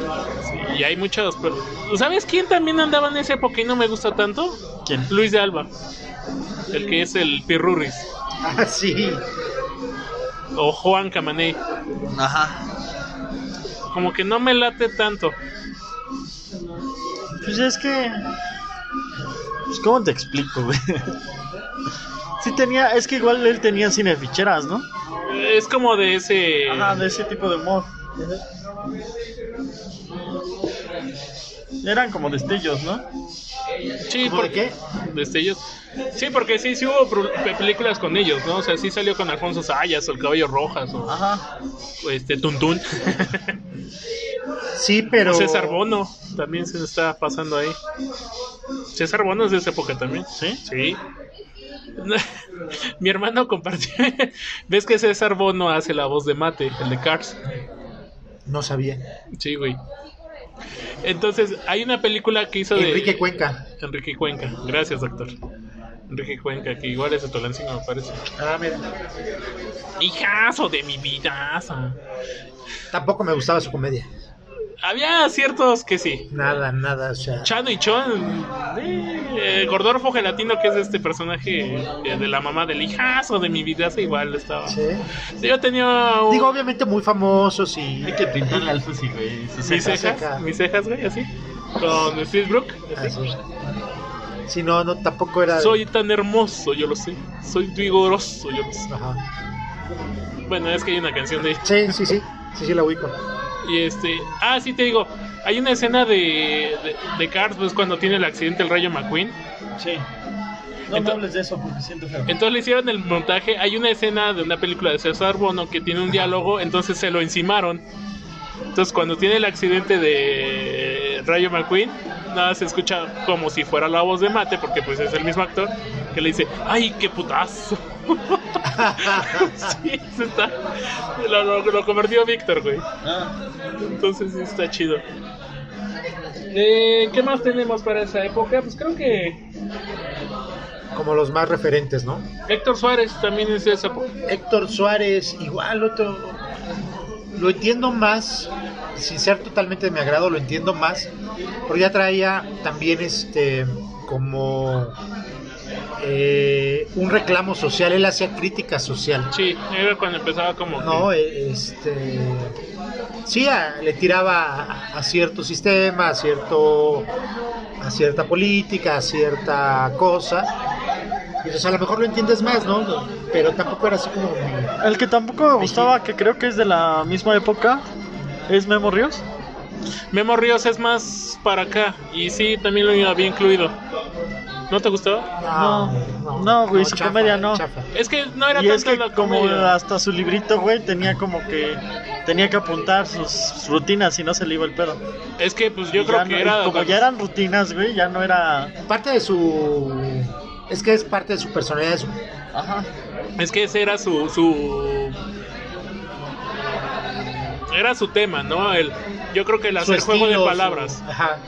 S1: Sí, Y hay muchos. pero- ¿Sabes quién también andaba en esa época y no me gusta tanto?
S2: ¿Quién?
S1: Luis de Alba. El que es el Pirurris.
S3: Ah, sí.
S1: O Juan Camaney.
S2: Ajá.
S1: Como que no me late tanto.
S2: Pues es que. Pues, ¿Cómo te explico, güey? Sí tenía, es que igual él tenía cineficheras, ¿no?
S1: Es como de ese.
S2: Ajá, de ese tipo de humor. Eran como destellos, ¿no?
S1: Sí,
S3: ¿Cómo de
S1: porque-
S3: qué?
S1: destellos. Sí, porque sí, sí hubo pro- pe- películas con ellos, ¿no? O sea, sí salió con Alfonso Sayas o El Caballo Rojas o,
S3: Ah.
S2: Ajá.
S1: o este Tuntún.
S3: Sí, pero.
S1: César Bono también se está pasando ahí. César Bono es de esa época también.
S2: ¿Sí?
S1: Sí. Mi hermano compartió. ¿Ves que César Bono hace la voz de Mate, el de Cars?
S3: No sabía.
S1: Sí, güey. Entonces, hay una película que hizo de.
S3: Enrique Cuenca.
S1: Enrique Cuenca. Gracias, doctor. Enrique Cuenca, que igual es de Tolancingo, me parece.
S3: Ah, mira.
S1: Hijazo de mi vidaza.
S3: Tampoco me gustaba su comedia.
S1: Había ciertos que sí.
S3: Nada, nada, o sea.
S1: Chano y Chon. eh, Gordorfo Gelatino, que es este personaje eh, de la mamá del hijazo de mi vidaza, igual estaba.
S3: sí.
S1: Yo tenía. un-
S3: Digo, obviamente muy famosos y.
S2: Hay que pintarle al fusil, güey. sus
S1: mis
S2: cejas.
S1: cejas,
S3: acá.
S1: mis cejas, güey, así. Con Steve Brook.
S3: Así. Sí, Ah, no, no, tampoco era.
S1: Soy tan hermoso, yo lo sé. Soy vigoroso, yo lo sé.
S3: Ajá.
S1: Bueno, es que hay una canción de
S3: Sí, sí, sí. Sí, sí, la ubico.
S1: Y este, ah, sí te digo, hay una escena de, de, de Cars, pues cuando tiene el accidente el Rayo McQueen.
S2: Sí.
S1: me hables
S2: de eso porque siento feo.
S1: Entonces le hicieron el montaje, hay una escena de una película de César Bono que tiene un diálogo, entonces se lo encimaron. Entonces cuando tiene el accidente de Rayo McQueen, nada se escucha como si fuera la voz de Mate, porque pues es el mismo actor, que le dice, ay, qué putazo. sí, se está, lo, lo, lo convirtió Víctor, güey. Entonces sí está chido. Eh, ¿Qué más tenemos para esa época? Pues creo que
S3: Como los más referentes, ¿no?
S1: Héctor Suárez también es de esa época.
S3: Héctor Suárez, igual otro. Lo entiendo más, sin ser totalmente de mi agrado, lo entiendo más, porque ya traía también este como eh, un reclamo social, él hacía crítica social.
S1: Sí, era cuando empezaba como...
S3: No,
S1: que-
S3: Eh, este. Sí, a- le tiraba a, a cierto sistema, a cierto. a cierta política, a cierta cosa. Entonces a lo mejor lo entiendes más, ¿no? Pero tampoco era así como. mi-
S2: El que tampoco me gustaba, que creo que es de la misma época, es Memo Ríos.
S1: Memo Ríos es más para acá. Y sí, también lo había incluido. ¿No te gustaba?
S2: No, no, güey, su comedia no.
S1: Es que no era
S2: y
S1: tanto
S2: es que
S1: la
S2: como
S1: comedia.
S2: hasta su librito, güey, tenía como que tenía que apuntar sus rutinas y no se le iba el pedo.
S1: Es que pues yo
S2: Y
S1: creo
S2: ya
S1: que
S2: no- y
S1: era...
S2: como ya eran rutinas, güey, ya no era
S3: Parte de su. Es que es parte de su personalidad. es-
S2: Ajá.
S1: Es que ese era su, su... Era su tema, ¿no? El, yo creo que el
S3: su
S1: hacer juego de
S3: estilo, su-
S1: palabras.
S3: Ajá.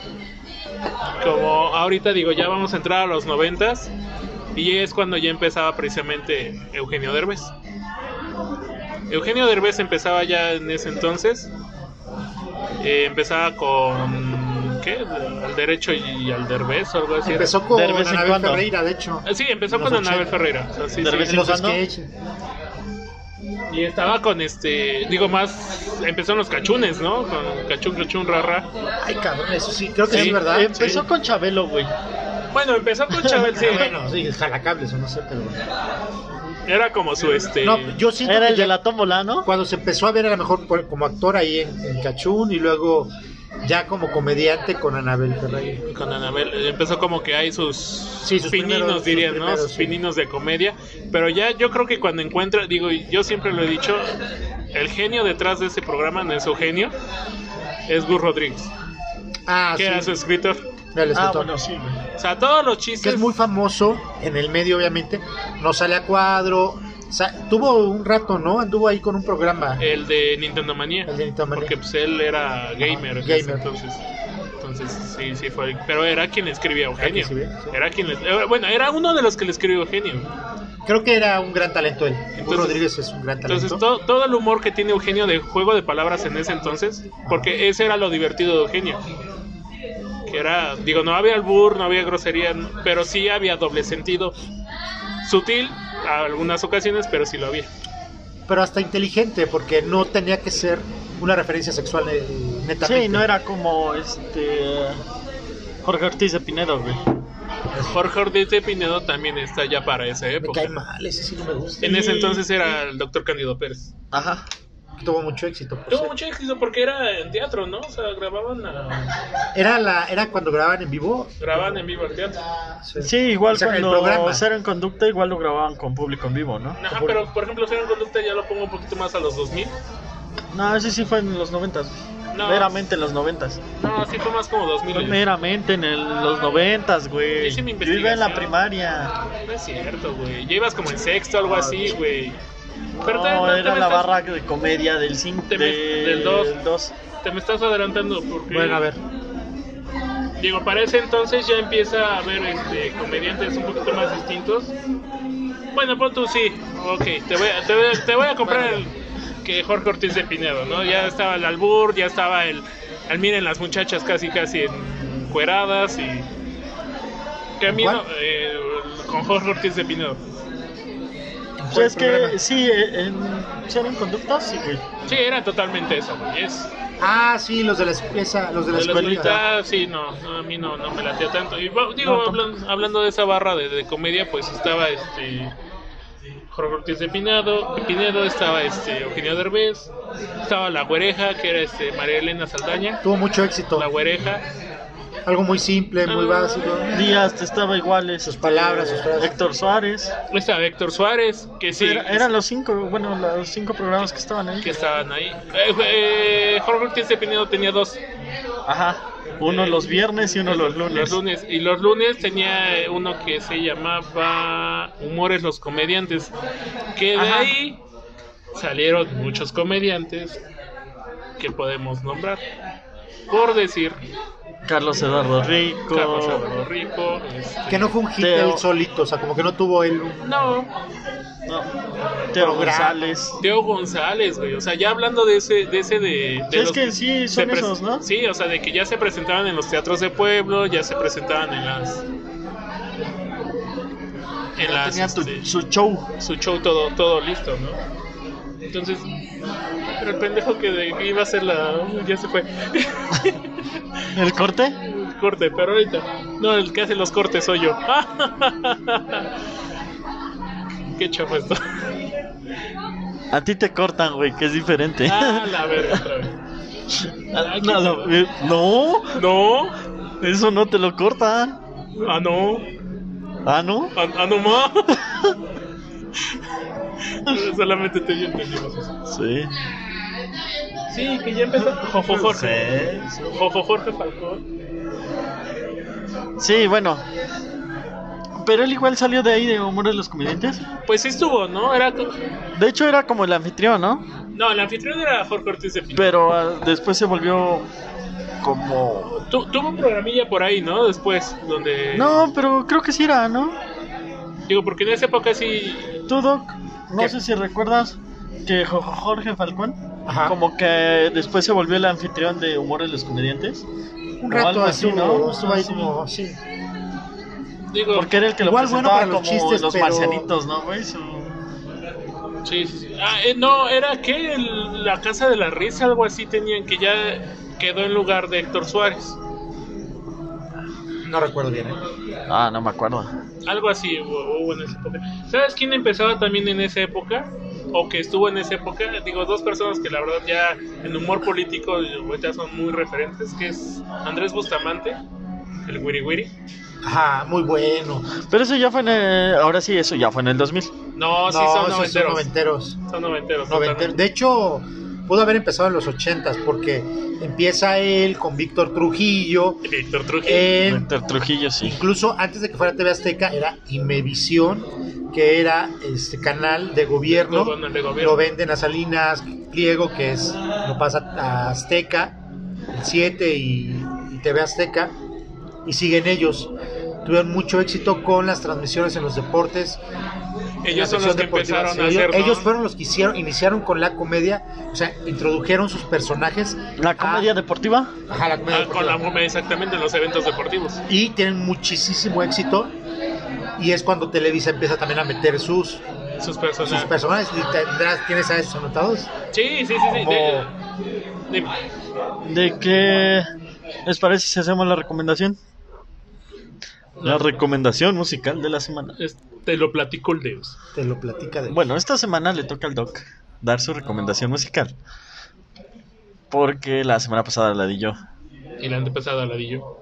S1: Como ahorita digo, ya vamos a entrar a los noventas. Y es cuando ya empezaba precisamente Eugenio Derbez. Eugenio Derbez empezaba ya en ese entonces. Eh, empezaba con. ¿Qué? Al derecho y al Derbez o algo así. era.
S3: Empezó con
S2: De vez en
S3: Anabel
S2: cuando.
S3: Ferreira, de hecho.
S1: Ah, Sí, empezó
S3: en los
S1: con Anabel
S3: 80.
S1: Ferreira. o sea, sí,
S2: De
S1: sí.
S2: vez
S3: En los
S2: cuando.
S3: sketches.
S1: Y estaba con este. Digo, más. Empezó en los cachunes, ¿no? Con cachun, cachun, rara.
S3: Ay, cabrón, eso sí, creo que
S1: Sí,
S3: sí, es verdad.
S2: em, Empezó
S1: Sí.
S2: con Chabelo, güey.
S1: Bueno, empezó con Chabel, sí.
S3: Ah, Bueno, sí, jalacables o no sé, pero.
S1: Era como su este.
S3: No, yo siento
S2: Era
S3: que
S2: el
S3: ya-
S2: de la tómbola, ¿no?
S3: cuando se empezó a ver a lo mejor por- como actor ahí en, en Cachún y luego ya como comediante con Anabel Ferreira.
S1: Con Anabel. Empezó como que hay sus,
S3: sus
S1: pininos,
S3: primeros- sus
S1: dirían, ¿no?
S3: primeros,
S1: Sus
S3: sí.
S1: pininos de comedia. Pero ya yo creo que cuando encuentra, digo, y yo siempre lo he dicho, el genio detrás de ese programa no es Eugenio, es Gus Rodríguez,
S3: Ah,
S1: que
S3: sí.
S1: era su escritor.
S3: el
S2: Ah,
S3: escritor.
S2: bueno, sí, güey.
S1: O sea, todos los
S3: Que
S1: chistes.
S3: es muy famoso en el medio, obviamente. No sale a cuadro. Sa- tuvo un rato, ¿no? Anduvo ahí con un programa.
S2: Eh,
S1: El de Nintendo Manía.
S3: El de Nintendo Manía.
S1: Porque pues, él era gamer. en
S3: gamer.
S1: ese Entonces, entonces sí, sí fue. Pero era quien le escribía a Eugenio.
S3: Era quien escribía, sí.
S1: Era quien le- eh, Bueno, era uno de los que le escribió a Eugenio.
S3: Creo que era un gran talento él. Hugo
S1: Entonces-
S3: Rodríguez es un gran talento.
S1: Entonces, to- todo el humor que tiene Eugenio de juego de palabras en ese entonces, porque ese era lo divertido de Eugenio. Que era, digo, no había albur, no había grosería, no- pero sí había doble sentido. Sutil, a algunas ocasiones, pero sí lo había.
S3: Pero hasta inteligente, porque no tenía que ser una referencia sexual eh, netamente.
S2: Sí, no era como este. Jorge Ortiz de Pinedo, güey.
S1: Jorge Ortiz de Pinedo también está ya para esa
S3: Me
S1: época.
S3: cae mal, ese sí no me gusta.
S1: En ese entonces era el doctor Cándido Pérez.
S2: Ajá.
S3: Tuvo mucho éxito. por
S1: Tuvo
S3: cierto.
S1: mucho éxito porque era en teatro, ¿no? O sea, grababan, a-
S3: Era, la, era cuando grababan en vivo.
S1: grababan en vivo el teatro.
S2: Sí, igual
S3: O sea, el
S2: cuando
S3: programa.
S2: Cero en Conducta, igual lo grababan con público en vivo, ¿no?
S1: Ajá, pero por ejemplo, Cero en Conducta ya lo pongo un poquito más a los 2000.
S2: No, ese sí fue en los noventas.
S1: No.
S2: Meramente en los noventas.
S1: No, sí fue más como 2000.
S2: Meramente en el- los noventas, güey.
S1: Hice mi
S2: Yo iba en la
S1: investigación.
S2: primaria.
S1: No es cierto, güey. Ya ibas como en sexto, algo así, güey. Pero te-
S2: No,
S1: te
S2: era
S1: me
S2: la
S1: estás-
S2: barra de comedia del 5
S1: Te me- del dos.
S2: del 2.
S1: Te me estás adelantando porque.
S3: Bueno, a ver.
S1: Digo, para ese entonces ya empieza a haber este, comediantes un poquito más distintos. Bueno, pon tú sí. Ok, te voy a, te voy a- te voy a comprar el que Jorge Ortiz de Pinedo, ¿no? Ya estaba el albur, ya estaba el, el miren las muchachas casi casi encueradas y... Que a mí
S3: ¿Cuál?
S1: no, eh, con Jorge Ortiz de Pinedo.
S3: Fue
S2: Pues
S3: el
S2: es que
S3: programa.
S2: sí, eh, en Cero en Conducta, sí, güey.
S1: Sí, era totalmente eso, güey. Es,
S3: Ah, sí, los de la, escu- esa- los de la
S1: De la
S3: escuelita.
S1: escuelita, Ah, sí, no, no, a mí no, no me latía tanto. Y bueno, digo,
S3: No,
S1: hablan- hablando, de esa barra de, de comedia, pues estaba este Jorge Ortiz de Pinedo, Pinedo estaba este Eugenio Derbez, estaba La Güereja, que era este María Elena Saldaña,
S3: Tuvo mucho éxito.
S1: La Güereja,
S3: Algo muy simple, muy
S1: Ah.
S3: básico.
S2: Díaz te estaba igual. Sus
S3: palabras, sus frases.
S2: Héctor Suárez.
S1: estaba Héctor Suárez, que sí,
S2: Era- eran los cinco, bueno, los cinco programas que estaban ahí.
S1: que estaban ahí. Eh, eh, Jorge Ortiz de Pinedo tenía dos,
S2: Ajá. Uno
S1: Eh,
S2: los viernes y uno los lunes.
S1: los lunes, y los lunes tenía eh, uno que se llamaba Humores los Comediantes, que de
S2: Ajá.
S1: ahí salieron muchos comediantes que podemos nombrar. Por decir,
S2: Carlos Eduardo Rico.
S1: Carlos Álvaro Rico, este,
S3: Que no fue un hit
S2: Teo.
S3: él solito, o sea, como que no tuvo él un...
S1: no,
S2: no, Teo
S3: Programa.
S2: González.
S1: Teo González, güey, o sea, ya hablando de ese, de ese de... de
S2: Es que sí, son
S1: se pres-
S2: esos, ¿no?
S1: Sí, o sea, de que ya se presentaban en los teatros de pueblo, ya se presentaban en las... En
S2: Ya
S1: las,
S2: tenía tu-
S1: este,
S2: su show.
S1: su show todo, todo listo, ¿no? Entonces, pero el pendejo que, de- que iba a hacer la... ya se fue.
S2: ¿El corte?
S1: el corte, pero ahorita... No, el que hace los cortes soy yo. Qué chafo esto.
S2: A ti te cortan, güey, que es diferente.
S1: ah, la verga otra vez.
S2: Ah, no, no, eh, no,
S1: No,
S2: eso no te lo cortan.
S1: ah no,
S2: Ah, no.
S1: ah, ah, no más. Solamente tú y yo entendimos eso.
S2: Sí.
S1: Sí, que ya empezó. Jojo Jorge.
S2: Sí.
S1: Jojo Jorge Falcón.
S2: Sí, bueno. Pero él igual salió de ahí de Humor de los Comediantes.
S1: Pues sí estuvo, ¿no? Era co-
S2: De hecho, era como el anfitrión, ¿no?
S1: No, el anfitrión era Jorge Ortiz de Pinedo.
S2: Pero ah, después se volvió como...
S1: Tu- tuvo un programilla por ahí, ¿no? Después, donde...
S2: No, pero creo que sí era, ¿no?
S1: Yo contigo, porque en esa época sí.
S2: Tú, Doc, no
S3: ¿Qué?
S2: sé si recuerdas que Jo- Jorge Falcón,
S3: Ajá.
S2: como que después se volvió el anfitrión de Humor de los Comediantes.
S3: Un
S2: O algo
S3: rato
S2: así,
S3: así,
S2: ¿no?
S3: ¿no? Estuvo ahí
S2: Sí.
S3: como, sí.
S1: Digo,
S2: Porque era el que lo
S3: Igual bueno
S2: presentaba
S3: para los
S2: como
S3: chistes,
S2: los
S3: pero-
S2: marcianitos, ¿no, güey? Su-
S1: Sí, sí, sí. Ah, eh, no, era que el- la Casa de la Risa, algo así tenían, que ya quedó en lugar de Héctor Suárez.
S3: No recuerdo bien. ¿eh?
S2: Ah, no me acuerdo.
S1: Algo así hubo, hubo en esa época. ¿Sabes quién empezaba también en esa época? O que estuvo en esa época. Digo, dos personas que la verdad ya en humor político pues, ya son muy referentes, que es Andrés Bustamante, el Wiri Wiri.
S3: Ajá, muy bueno.
S2: Pero eso ya fue en el... Ahora sí, eso ya fue en el 2000.
S1: No, sí
S3: no,
S1: son
S3: esos son
S1: noventeros.
S3: noventeros.
S1: Son noventeros.
S3: Noventero.
S1: totalmente.
S3: De hecho, pudo haber empezado en los ochentas porque empieza él con Víctor Trujillo.
S1: Víctor Trujillo.
S3: Él,
S2: Héctor Trujillo, sí.
S3: incluso antes de que fuera TV Azteca, era Imevisión, que era este canal de gobierno.
S1: Bueno, el de gobierno.
S3: Lo venden a Salinas, Pliego, que es lo pasa a Azteca, el 7 y, y TV Azteca, y siguen ellos. Tuvieron mucho éxito con las transmisiones en los deportes,
S1: Ellos
S3: la
S1: son los
S3: sección
S1: que
S3: deportiva.
S1: empezaron a
S3: Sí,
S1: hacer.
S3: ellos,
S1: ¿no?
S3: ellos fueron los que hicieron, iniciaron con la comedia, o sea, introdujeron sus personajes.
S2: La comedia deportiva.
S3: a, ajá, la comedia
S1: Ah, con la
S3: deportiva.
S1: momia, exactamente, en los eventos deportivos.
S3: y tienen muchísimo éxito. Y es cuando Televisa empieza también a meter sus,
S1: Sus
S3: sus
S1: personajes.
S3: personajes. Y tendrás, ¿Tienes a esos anotados?
S1: Sí, sí, sí. sí. de- de-
S2: ¿De qué les parece si hacemos la recomendación? La recomendación musical de la semana.
S1: es- te lo platico el Deus.
S3: Te lo platica de...
S2: Bueno, esta semana le toca al Doc dar su recomendación musical. Porque la semana pasada la di yo.
S1: Y la antepasada, ladillo.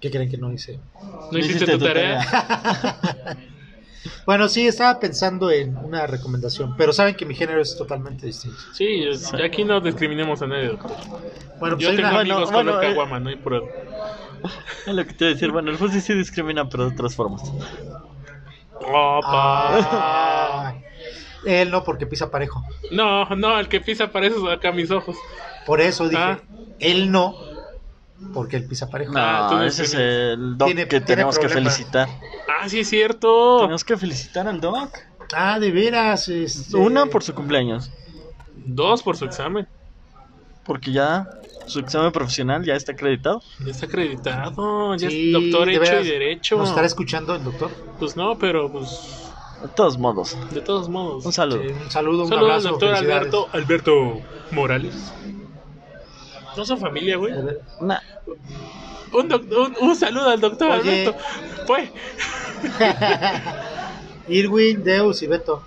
S3: ¿Qué creen que no hice?
S1: ¿No hiciste, tu tarea?
S3: Bueno, sí, estaba pensando en una recomendación, pero saben que mi género es totalmente distinto.
S1: Sí, es- aquí no discriminemos a nadie. doctor.
S3: Bueno, pues
S1: Yo
S3: hay
S1: tengo
S3: una-
S2: bueno,
S1: amigos
S2: bueno,
S1: con
S2: eh.
S1: el caguama, no hay prueba.
S2: Es lo que te iba a decir. Bueno, el Fusi sí discrimina, pero de otras formas.
S1: Opa.
S3: Ah, él no, porque pisa parejo.
S1: No, no, el que pisa para eso acá mis ojos.
S3: Por eso dije,
S1: Ah.
S3: él no, porque él pisa parejo.
S2: No,
S1: Ah, tú no
S2: ese es
S1: discriminas.
S2: el Doc
S3: Tiene-
S2: que
S3: tiene
S2: tenemos que
S3: problemas.
S2: felicitar.
S1: Ah, sí, es cierto.
S2: Tenemos que felicitar al Doc.
S3: Ah, de veras. este,
S2: Una por su cumpleaños.
S1: Dos por su examen.
S2: Porque ya su examen profesional ya está acreditado.
S1: Ya está acreditado. Ya
S3: Sí,
S1: es doctor
S3: de
S1: hecho
S3: veras,
S1: y derecho.
S3: ¿Nos estará escuchando el doctor?
S1: Pues no, pero pues
S2: De todos modos,
S1: de todos
S2: un
S1: modos.
S2: saludo.
S3: Sí, un saludo, un
S1: Saludos al
S3: abrazo.
S1: doctor
S3: felicidades.
S1: Alberto, Alberto Morales. No son familia, güey.
S3: A ver,
S2: Nah.
S1: Un, doc- un- un saludo al doctor
S3: Oye.
S1: Alberto. Pues,
S3: Irwin, Deus y Beto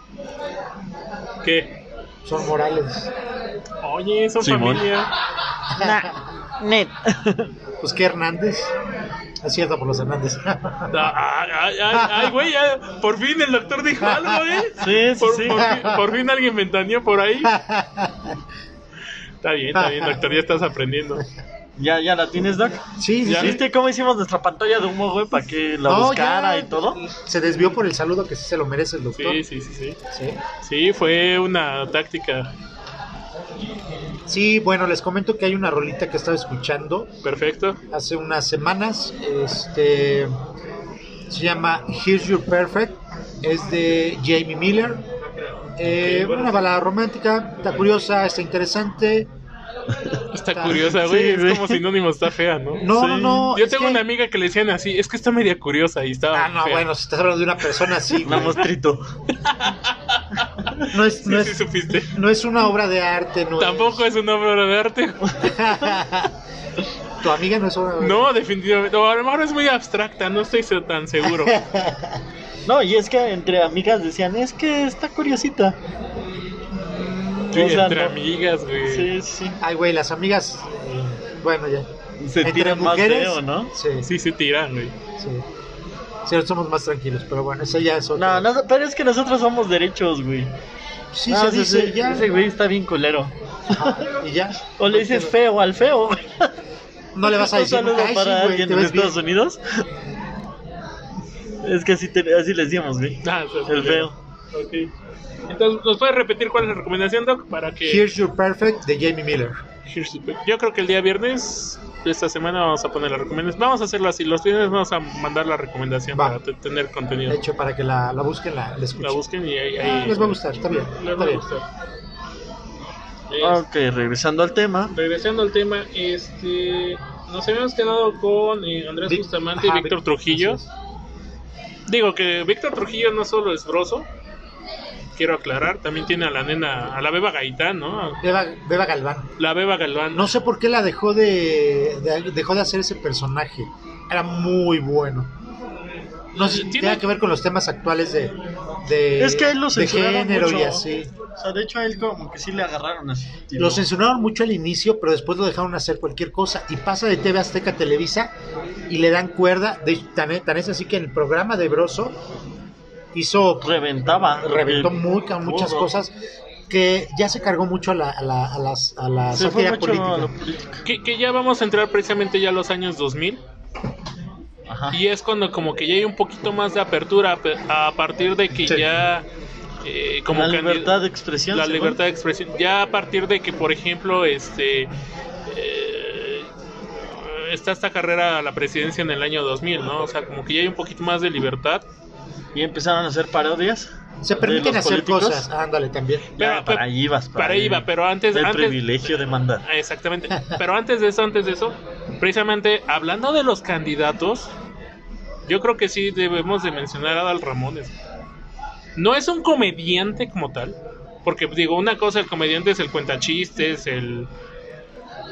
S1: ¿qué?
S3: son Morales.
S1: Oye, son
S2: Simón.
S1: familia.
S2: Nah. Net.
S3: Pues que Hernández. Es cierto, por los Hernández.
S1: Ah, Ay, ay, ay, güey, ya, por fin el doctor dijo algo, ¿eh?
S2: Sí, sí,
S1: Por,
S2: sí.
S1: por fin, por fin alguien ventaneó por ahí. Está bien, está bien, doctor, ya estás aprendiendo.
S2: ¿Ya, ¿Ya la tienes, Doc?
S3: sí, sí,
S1: Ya.
S3: sí.
S2: ¿Viste cómo hicimos nuestra pantalla de humo, güey? Para que la
S3: No,
S2: buscara
S3: ya.
S2: y todo.
S3: Se desvió por el saludo que sí se lo merece el doctor.
S1: Sí, sí, sí, sí.
S3: Sí.
S1: Sí, fue una táctica
S3: Sí, bueno, les comento que hay una rolita que estaba escuchando
S1: perfecta.
S3: hace unas semanas. Este se llama Here's Your Perfect. Es de Jamie Miller. Eh, una balada romántica, está curiosa, está interesante.
S1: Está
S3: Está-
S1: curiosa, güey.
S2: sí,
S1: es
S2: güey.
S1: como sinónimo, está fea, ¿no?
S3: No,
S2: Sí.
S3: no, no.
S1: Yo
S3: es
S1: tengo
S3: que-
S1: una amiga que le decían así, es que está media curiosa y estaba.
S3: Ah, no,
S1: fea.
S3: bueno, si estás hablando de una persona así,
S2: La
S3: güey,
S2: mostrito.
S3: no es,
S1: Sí,
S3: no
S1: sí,
S3: es,
S1: supiste.
S3: no es una obra de arte, no. es-
S1: Tampoco es una obra de arte.
S3: tu amiga no es obra de
S1: No, definitivamente. O a lo mejor es muy abstracta, no estoy se- tan seguro.
S2: No, y es que entre amigas decían, es que está curiosita.
S1: Sí,
S2: O sea,
S1: entre
S2: no.
S1: amigas, güey.
S2: Sí, sí.
S3: Ay, güey, las amigas. eh, bueno, ya.
S2: Se
S3: Entre
S2: tiran más
S3: mujeres,
S2: feo, ¿no?
S3: Sí, sí.
S1: Sí, se tiran, güey.
S3: Sí, somos más tranquilos, pero bueno, eso ya es otro.
S2: No, no, pero es que nosotros somos derechos, güey.
S3: Sí,
S2: No,
S3: se
S2: ese-
S3: dice
S2: ese-
S3: ya.
S2: Ese Ah, güey está bien culero.
S3: Ajá, y ya.
S2: O le dices feo al feo. güey.
S3: No le vas a
S2: Un
S3: decir
S2: saludo
S3: nunca, ay, sí,
S2: para
S3: güey,
S2: alguien
S3: te
S2: de
S3: ves bien.
S2: Estados Unidos. Es que así, te- así les decíamos, güey.
S1: Ah, o sea,
S2: El feo.
S1: Ok. Entonces, ¿nos puedes repetir cuál es la recomendación, Doc? Para que.
S3: Here's Your Perfect de Jamie Miller.
S1: Here's the Pick. Yo creo que el día viernes de esta semana vamos a poner las recomendaciones. Vamos a hacerlo así. Los viernes vamos a mandar la recomendación
S3: Va.
S1: para te- tener contenido.
S3: De hecho, para que la, la busquen, la, la escuchen.
S1: La busquen y ahí.
S3: Ah,
S1: ahí-
S3: les va a gustar, está bien.
S1: les
S3: Está
S1: va a
S3: bien.
S1: gustar. Es-
S2: Ok, regresando al tema.
S1: Regresando al tema, este, nos habíamos quedado con eh, Andrés
S3: Di-
S1: Bustamante
S3: Ajá,
S1: y Víctor
S3: Vic-
S1: Trujillo.
S3: así
S1: Digo que Víctor Trujillo no solo es broso, quiero aclarar, también tiene a la nena, a la beba Gaitán, ¿no?
S3: es. Beba, Beba Galván.
S1: La beba Galván.
S3: No sé por qué la dejó de, de- dejó de hacer ese personaje. Era muy bueno. No sé si
S1: Tiene-
S3: tiene que ver con los temas actuales de, de,
S2: es que a él lo
S3: de
S2: censuraron
S3: género
S2: mucho.
S3: y así.
S2: O sea, de hecho a él como que sí le agarraron así. Tipo,
S3: Lo censuraron mucho al inicio, pero después lo dejaron hacer cualquier cosa. Y pasa de TV Azteca a Televisa y le dan cuerda. De, hecho, tan, tan es así que en el programa de Broso hizo
S2: Reventaba.
S3: reventó
S2: porque
S3: muy- muchas
S2: burro.
S3: cosas que ya se cargó mucho a la, a la, a las- a la
S2: Se fue
S3: sátira
S2: mucho
S3: política.
S2: a lo político.
S1: Que, que ya vamos a entrar precisamente ya a los años 2000
S2: Ajá.
S1: y es cuando como que ya hay un poquito más de apertura a pe- a partir de que
S3: Sí.
S1: ya eh, como
S2: la
S1: candid-
S2: libertad de expresión.
S1: la
S2: según.
S1: libertad de expresión. Ya a partir de que, por ejemplo, este eh, está esta carrera a la presidencia en el año 2000, ¿no? O sea, como que ya hay un poquito más de libertad.
S2: Y empezaron a hacer parodias.
S3: Se
S2: de
S3: permiten
S2: los
S3: hacer
S2: políticos.
S3: cosas. Ándale también.
S2: Ya,
S1: Pero-
S2: para ahí vas.
S1: Para ahí va, pero antes...
S2: El
S1: antes
S2: privilegio de mandar.
S1: Ah, Exactamente. Pero antes de eso, antes de eso, precisamente hablando de los candidatos, yo creo que sí debemos de mencionar a Adal Ramones. No es un comediante como tal, porque digo, una cosa, el comediante es el cuentachistes, el...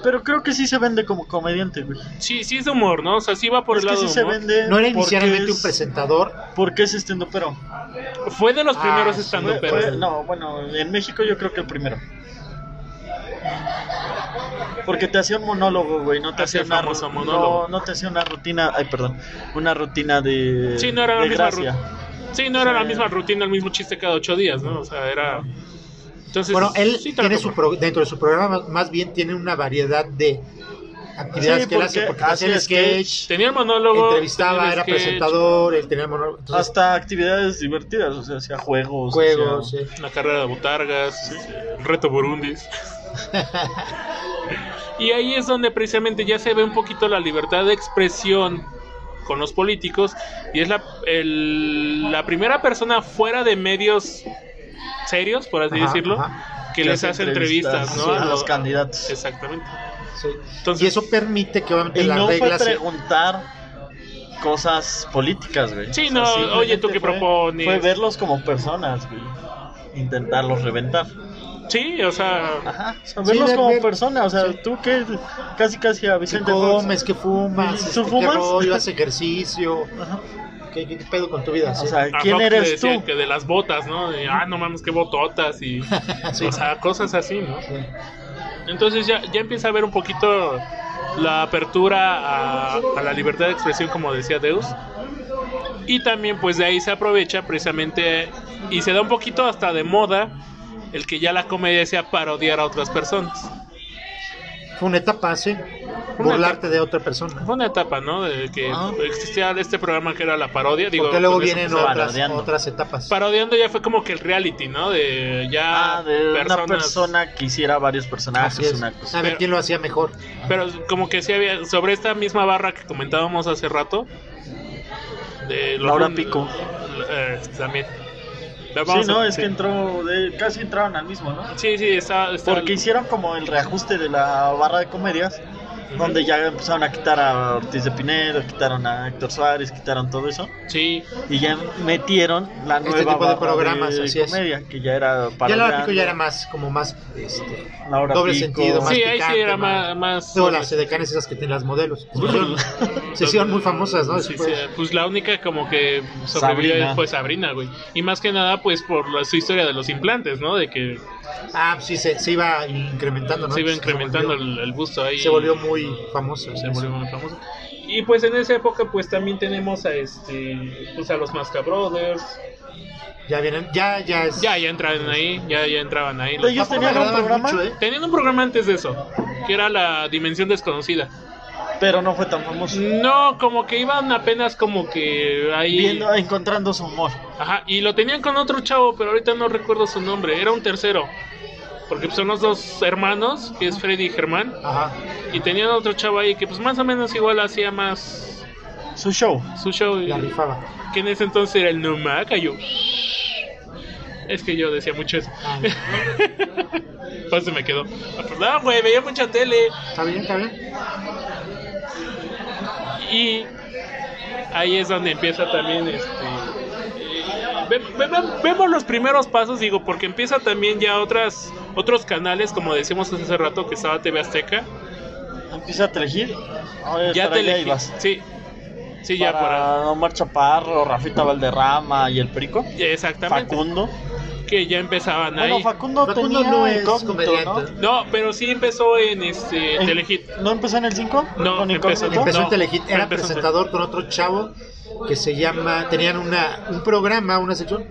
S2: Pero creo que sí se vende como comediante, güey.
S1: Sí, sí es de humor, ¿no? O sea, sí va por
S2: es
S1: el
S2: que
S1: lado
S2: sí
S1: de
S2: se
S1: humor.
S2: vende.
S3: No era
S2: porque
S3: inicialmente
S2: es-
S3: un presentador.
S2: Porque es estendo, pero.
S1: Fue de los
S3: Ah,
S1: primeros
S3: sí,
S1: estando
S2: Fue- fue- no, bueno, en México yo creo que el primero. Porque te hacía un monólogo, güey, no te
S1: Hacía
S2: hacía
S1: el
S2: una
S1: famoso
S2: ru-
S1: monólogo.
S2: No, no te hacía una rutina, ay, perdón, una rutina de
S1: Sí, no era la
S2: de
S1: misma
S2: gracia.
S1: rutina. Sí, no era
S2: Sí.
S1: la misma rutina, el mismo chiste cada ocho días, ¿no? O sea, era... Entonces,
S3: Bueno, él
S1: sí te lo
S3: tiene su
S1: compro.
S3: pro- dentro de su programa más- más bien tiene una variedad de actividades
S2: Sí,
S3: que él hace
S2: porque
S3: porque hacía el
S2: hacía
S3: sketch,
S1: Tenía el monólogo... tenía
S3: entrevistaba,
S1: el
S3: era
S1: sketch,
S3: presentador, él tenía monólogo, entonces, este,
S2: Hasta actividades divertidas, o sea, hacía juegos,
S3: juegos,
S2: hacía-
S3: sí.
S1: La carrera de botargas, el reto burundis. y ahí es donde precisamente ya se ve un poquito la libertad de expresión con los políticos y es la, el- la primera persona fuera de medios serios, por así
S3: Ajá,
S1: decirlo,
S3: ajá.
S1: que
S2: que
S1: les hace entrevistas, ¿no?
S2: a
S1: lo-
S2: los candidatos.
S1: Exactamente.
S3: sí.
S1: Entonces-
S3: y eso permite que obviamente
S2: Y
S3: las
S2: no fue
S3: reglas se-
S2: preguntar cosas políticas, güey.
S1: Sí, no,
S2: simplemente
S1: oye, ¿tú qué
S2: fue-
S1: propones?
S2: Fue verlos como personas, güey. Intentarlos reventar.
S1: Sí, o sea,
S2: Ajá, o sea,
S3: Sí,
S2: verlos
S3: ver-
S2: como
S3: ver-
S2: personas. O sea,
S3: sí.
S2: tú que casi casi a
S3: que
S2: Vicente Fox.
S3: comes, que fumas,
S2: ¿Tú
S3: este, qué
S2: fumas?
S3: rollo, haces ejercicio,
S2: Ajá.
S3: ¿Qué, qué pedo con tu vida,
S2: O
S3: sí.
S2: sea,
S1: a
S2: ¿quién
S1: Fox le
S2: eres tú?
S1: decían que de las botas, ¿no? De, ah, no mames, qué bototas y...
S3: Sí.
S1: O sea, cosas así, ¿no?
S3: Sí.
S1: Entonces ya, ya empieza a haber un poquito la apertura a, a la libertad de expresión, como decía Deus. Y también pues de ahí se aprovecha precisamente y se da un poquito hasta de moda el que ya la comedia sea parodiar a otras personas.
S3: Fue una etapa, sí, burlarte de otra persona.
S1: Fue una etapa, ¿no? De que
S2: Ajá.
S1: existía este programa que era la parodia. Digo,
S3: Ah. Porque luego
S1: con eso pues,
S3: vienen
S2: se va
S3: otras,
S2: rodeando.
S3: otras etapas.
S1: Parodiando ya fue como que el reality, ¿no? De ya
S2: Ah, de una
S1: personas-
S2: persona que hiciera varios
S3: Así
S2: personajes,
S3: es.
S2: una cosa.
S3: A ver quién lo hacía mejor.
S1: Pero como que sí había, sobre esta misma barra que comentábamos hace rato, de los
S2: Laura
S1: lun-
S2: Pico.
S1: eh, también. La
S2: Sí,
S1: vamos
S2: no,
S1: a-
S2: es que entró, de, casi entraron al mismo, ¿no?
S1: Sí, sí, está... está-
S2: Porque hicieron como el reajuste de la barra de comedias,
S1: Ujú.
S2: donde ya empezaron a quitar a Ortiz de Pinedo, quitaron a Héctor Suárez, quitaron todo eso,
S1: Sí,
S2: y ya metieron la
S3: Este
S2: nueva
S3: tipo de
S2: barra
S3: programas,
S2: de
S3: así es.
S2: comedia, que ya era
S3: Ya
S2: para
S3: la pico ya era más, como más, este,
S2: Laura
S3: doble
S2: Pico.
S3: sentido, más
S1: sí ahí sí
S3: picante,
S1: era
S3: más-
S1: más... más este,
S3: todas las edecanes esas que tienen las modelos. Se hicieron- Se hicieron muy famosas, ¿no?
S1: Sí, sí,
S3: Después.
S1: pues la única como que sobrevivió
S2: Sabrina.
S1: fue Sabrina, güey. Y más que nada, pues por la, su historia de los implantes, ¿no? De que
S3: Ah, sí, se, se iba incrementando, ¿no?
S1: se iba
S3: Pues,
S1: incrementando
S3: volvió-
S1: el, el busto ahí.
S3: Se volvió muy famoso.
S1: se
S3: eso.
S1: volvió muy famoso. Y pues en esa época, pues también tenemos a este, pues a los Masca Brothers,
S3: Ya vienen, ya, ya es.
S1: Ya, ya entraban ahí, ya, ya entraban ahí.
S2: Ellos
S3: Tampoco me
S2: tenían un
S3: agradaban
S2: programa,
S3: mucho, ¿eh?
S1: Tenían un programa antes de eso, que era la Dimensión Desconocida.
S2: pero no fue tan famoso.
S1: No, como que iban apenas como que ahí...
S2: Viendo, ah, encontrando su humor.
S1: Ajá, y lo tenían con otro chavo, pero ahorita no recuerdo su nombre, era un tercero. Porque pues, son los dos hermanos, que es Freddy y Germán,
S3: Ajá.
S1: y tenían otro chavo ahí que pues más o menos igual hacía más
S2: Su show.
S1: su show. y-
S3: La rifaba.
S1: que en ese entonces era el Numaka, yo... Es que yo decía mucho eso.
S3: Ah,
S1: Pues se me quedó. Ah, pues, No, güey, veía mucha tele.
S3: Está bien, está bien.
S1: Y ahí es donde empieza también este. ve- ve- ve- Vemos los primeros pasos, digo, porque empieza también ya otras otros canales, como decimos hace rato que estaba TV Azteca.
S2: Empieza a elegir. Ahora
S1: Ya
S2: estar
S1: te
S2: allá
S1: elegí-
S2: y vas.
S1: Sí, sí, ya por ahí.
S2: para Omar Chaparro, Rafita Valderrama y el Perico.
S1: Exactamente.
S2: Facundo.
S1: Que ya empezaban ahí.
S2: Bueno, Facundo,
S3: Facundo
S2: tenía
S3: no es
S2: incógnito,
S3: comediante.
S2: ¿no?
S1: No, pero sí empezó en este
S2: En-
S1: Telehit.
S2: ¿No empezó en el 5?
S1: No,
S2: con
S1: empezó-
S2: Incógnito.
S3: Empezó
S1: No,
S3: en Telehit,
S1: empezó
S3: era
S1: en
S3: presentador con otro chavo que se llama, tenían una, un programa, una sección,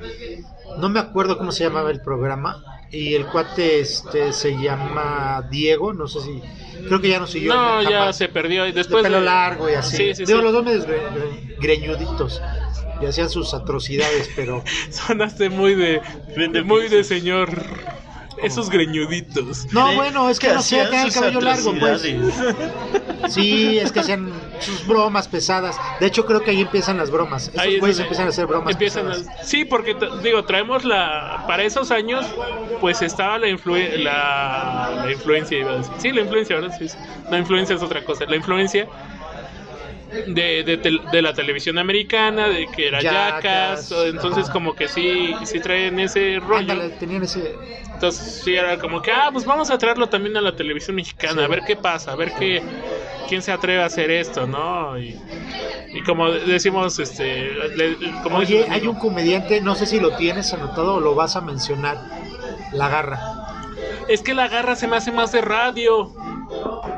S3: no me acuerdo cómo se llamaba el programa, y el cuate este se llama Diego, no sé si, creo que ya no siguió.
S1: No, ya
S3: jamás.
S1: se perdió. y
S3: de
S1: Después
S3: pelo
S1: de-
S3: largo y así.
S1: Sí, sí,
S3: Digo,
S1: sí.
S3: los dos medios gre- gre- greñuditos. Y hacían sus atrocidades, pero
S1: Sonaste muy de,
S2: Vende
S1: muy de
S2: pizzas.
S1: señor. Esos greñuditos.
S3: No, bueno, es que no sé,
S2: hacían
S3: tenía el
S2: sus
S3: cabello largo, pues.
S2: atrocidades.
S3: Sí, es que hacían sus bromas pesadas. De hecho, creo que ahí empiezan las bromas. Esos
S1: Ahí es
S3: güeyes
S1: donde
S3: empiezan a hacer bromas
S1: empiezan
S3: pesadas.
S1: a- sí, porque t- digo, traemos la. Para esos años, pues estaba la, influen- la, la influencia, iba a decir. Sí, la influencia, ahora sí. es- La influencia es otra cosa. La influencia de, de tel- de la televisión americana, de que era
S3: Jackass,
S1: Jackass. o Entonces,
S3: ajá.
S1: como que sí, sí traen ese rollo.
S3: Ándale, tenían ese...
S1: Entonces sí era como que, ah, pues vamos a traerlo también a la televisión mexicana,
S3: Sí.
S1: a ver qué pasa, a ver qué, quién se atreve a hacer esto, ¿no? Y, y como decimos, este, le- como
S3: Oye,
S1: dice-
S3: hay un comediante, no sé si lo tienes anotado o lo vas a mencionar. La garra.
S1: es que la garra se me hace más de radio.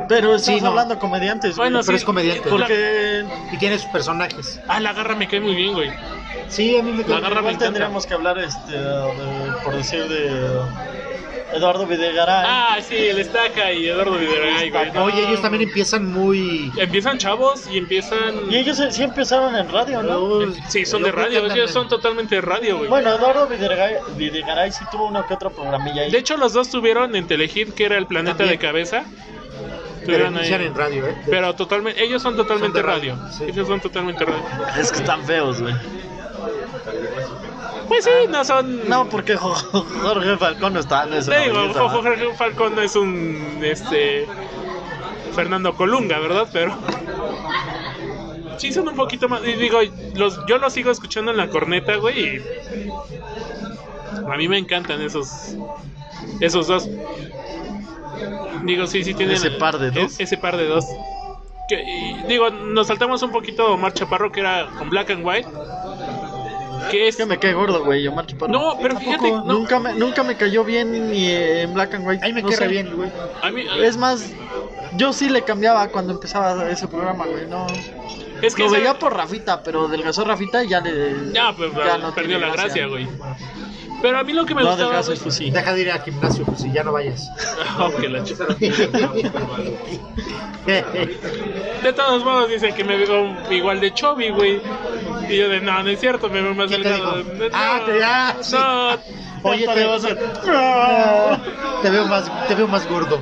S2: Pero estás
S3: Sí, no.
S2: hablando de comediantes, güey.
S1: Bueno,
S3: pero es comediante.
S2: Porque
S3: Y tiene sus personajes.
S1: Ah, la garra me cae muy bien, güey.
S3: Sí, a mí me
S1: La garra me
S2: igual
S1: encanta.
S2: tendríamos que hablar, este, de- por decir, de Eduardo Videgaray.
S1: Ah, sí, el estaca y Eduardo Videgaray, güey. ¿no?
S3: Oye, ellos también empiezan muy...
S1: Empiezan chavos y empiezan...
S2: Y ellos sí empezaron en radio, ¿no?
S1: Sí, son de
S3: Yo creo que
S1: radio,
S3: andan
S1: ellos
S3: en-
S1: son totalmente de radio, güey.
S2: Bueno, Eduardo Videgaray, Videgaray sí tuvo uno que otro programilla ahí.
S1: De hecho, los dos tuvieron en Telehit, que era el planeta
S3: También.
S1: de cabeza.
S3: Pero
S1: Tuvieron
S3: inician
S1: ahí-
S3: en radio, ¿eh?
S1: Pero totalmente, ellos son totalmente
S3: Son de
S1: radio.
S3: radio, sí.
S1: Ellos son totalmente radio.
S2: es que están feos, güey.
S1: Pues sí, no son.
S2: No, porque Jo- Jorge Falcón no está en eso.
S1: Te digo, Jorge Falcón no es un. Este. Fernando Colunga, ¿verdad? Pero. Sí, son un poquito más. Y digo, los, yo los sigo escuchando en la corneta, güey. y A mí me encantan esos. Esos dos. Digo, sí, sí tienen.
S2: Ese par de dos.
S1: e- ese par de dos. Que- y digo, nos saltamos un poquito Omar Chaparro, que era con Black and White. Que es.
S2: Es que me cae gordo, güey, Omar Chaparro.
S1: No, pero fíjate. no,
S2: Nunca, me, nunca me cayó bien ni en Black and White.
S3: Ahí me
S2: no
S3: cae
S2: sé.
S3: re bien, güey.
S1: a mí-
S2: Es más, yo sí le cambiaba cuando empezaba ese programa, güey. No,
S1: es que
S2: lo
S1: esa-
S2: veía por Rafita, pero delgazó Rafita y ya le.
S1: Ya, pues, perdió
S2: tiene
S1: la gracia, güey. Pero a mí lo que me
S2: No,
S1: gustaba.
S2: delgazó
S1: güey-
S2: es Fusi.
S3: Deja de ir al gimnasio, pues si ya no vayas. Eh,
S1: Oh, que la ch- de todos modos, dicen que me veo igual de chubby, güey. Y yo de, no, no es cierto, me veo más
S3: ¿Qué te
S1: delgado.
S3: dijo?
S1: No,
S3: Ah, te- ah, sí.
S1: no.
S3: Oye,
S2: Tanto
S3: te, ¡Ah!
S2: le vas
S3: te veo más, te veo más gordo.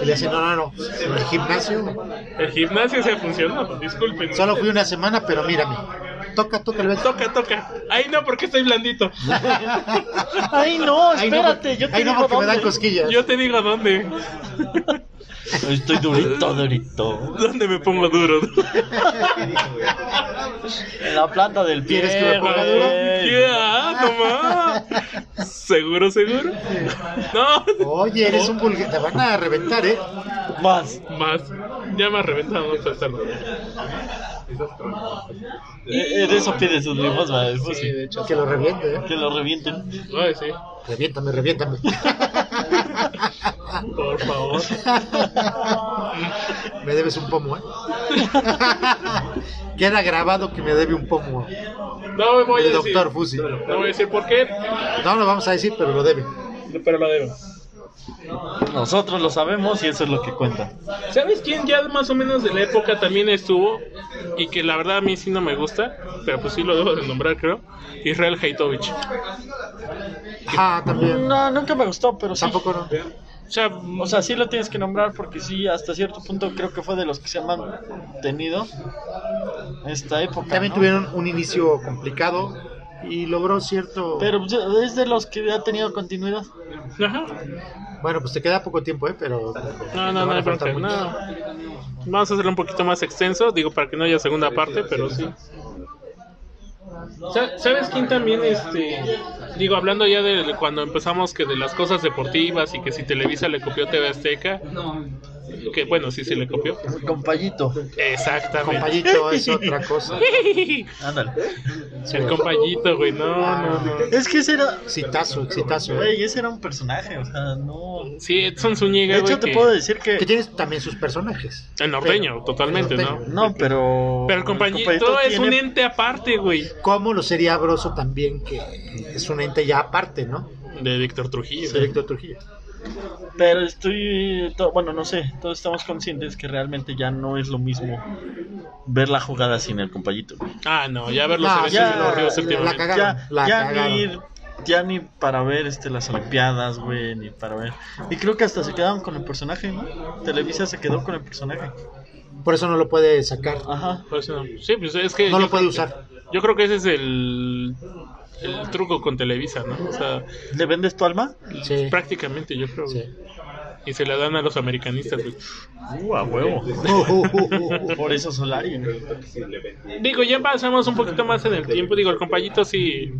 S3: Y le dice, no, no, no, en el gimnasio
S1: El gimnasio se funcionó, pues, disculpen.
S3: solo fui una semana, pero mírame. Toca, toca, el
S1: Toca, toca. Ahí no, porque estoy blandito.
S2: Ay, no,
S3: Ahí no,
S2: espérate, yo te
S3: ahí no
S2: digo
S3: porque me dan
S2: dónde.
S3: cosquillas.
S1: Yo te digo dónde.
S2: Estoy durito, durito.
S1: ¿Dónde me pongo duro?
S2: En la planta del pie.
S3: ¿Quieres que me ponga
S2: güey.
S3: duro?
S1: Ah, Ya, no más. ¿Seguro, seguro? No.
S3: Oye, eres un vulgar, te van a reventar, ¿eh?
S2: Más.
S1: Más. Ya me ha reventado hasta estarlo.
S2: Eh, eh, De eso pide sus limosna, de Fusi.
S3: Que lo reviente, ¿eh?
S2: Que lo revienten.
S1: Ay, sí.
S3: Reviéntame, reviéntame.
S1: Por favor.
S3: Me debes un pomo, ¿eh? Queda grabado que me debe un pomo.
S1: No me voy a
S3: El
S1: decir.
S3: doctor Fusi.
S1: No voy a decir por qué,
S3: No lo vamos a decir, pero lo debe.
S1: pero lo debo.
S2: Nosotros lo sabemos y eso es lo que cuenta.
S1: ¿Sabes quién ya más o menos de la época también estuvo? Y que la verdad a mí sí no me gusta, pero pues sí lo debo de nombrar, creo. Israel Haitovich.
S3: Ajá, Ah, también.
S2: No, nunca me gustó, pero sí.
S3: Tampoco no.
S1: O sea,
S2: O sea, sí lo tienes que nombrar porque sí, hasta cierto punto creo que fue de los que se han mantenido esta época.
S3: También
S2: ¿no?
S3: tuvieron un inicio complicado y logró cierto.
S2: Pero pues, es de los que ha tenido continuidad.
S1: ajá.
S3: Bueno, pues te queda poco tiempo, ¿eh? Pero.
S1: No, no, no hay bronca, no. Vamos a hacerlo un poquito más extenso, digo, para que no haya segunda parte, pero sí. Sa- ¿Sabes quién también, este, digo, hablando ya de cuando empezamos que de las cosas deportivas y que si Televisa le copió TV Azteca, que bueno, sí, sí le copió.
S2: Compayito.
S1: Exactamente.
S3: Compañito, es otra cosa.
S2: Ándale.
S1: El compañito, güey, no, no, no.
S2: Es que ese era.
S3: Citazo, citazo. ¿eh?
S2: Güey, ese era un personaje, o sea, no.
S1: Sí, Edson
S2: De
S1: Zúñiga,
S2: hecho,
S1: güey,
S2: te
S1: que-
S2: puedo decir que.
S3: Que tienes también sus personajes.
S1: el norteño,
S3: Pero-
S1: totalmente,
S3: el norteño.
S1: ¿no?
S2: No, pero.
S1: Pero el compañito es un
S2: tiene-
S1: ente aparte, güey,
S3: Como lo sería Broso también, que es un ente ya aparte, ¿no?
S1: de Víctor Trujillo.
S3: Es de Víctor Trujillo.
S2: Pero estoy. to- Bueno, no sé. Todos estamos conscientes que realmente ya no es lo mismo ver la jugada sin el compañito.
S1: Ah, no, ya ver los
S3: No,
S1: cerezos
S2: ya,
S1: de los ríos
S3: la
S1: últimamente.
S2: Ya,
S3: caga- Cagaron, la
S2: ya
S3: cagaron.
S2: ni, ya ni para ver este, las Olimpiadas, güey, ni para ver. Y creo que hasta se quedaron con el personaje, ¿no? Televisa se quedó con el personaje.
S3: Por eso no lo puede sacar.
S2: Ajá.
S1: Por eso no. Sí, pues es que.
S3: No
S1: yo
S3: lo puede
S1: creo que-
S3: usar.
S1: Yo creo que ese es el, el truco con Televisa, ¿no? O sea,
S2: ¿Le vendes tu alma?
S3: Sí.
S1: prácticamente yo creo.
S3: sí.
S1: Y se la dan a los americanistas. güey.
S2: Uh, a huevo.
S3: Uh, uh, uh, uh.
S2: Por eso Solari. ¿no?
S1: Digo, ya pasamos un poquito más en el tiempo. Digo, el compañito sí.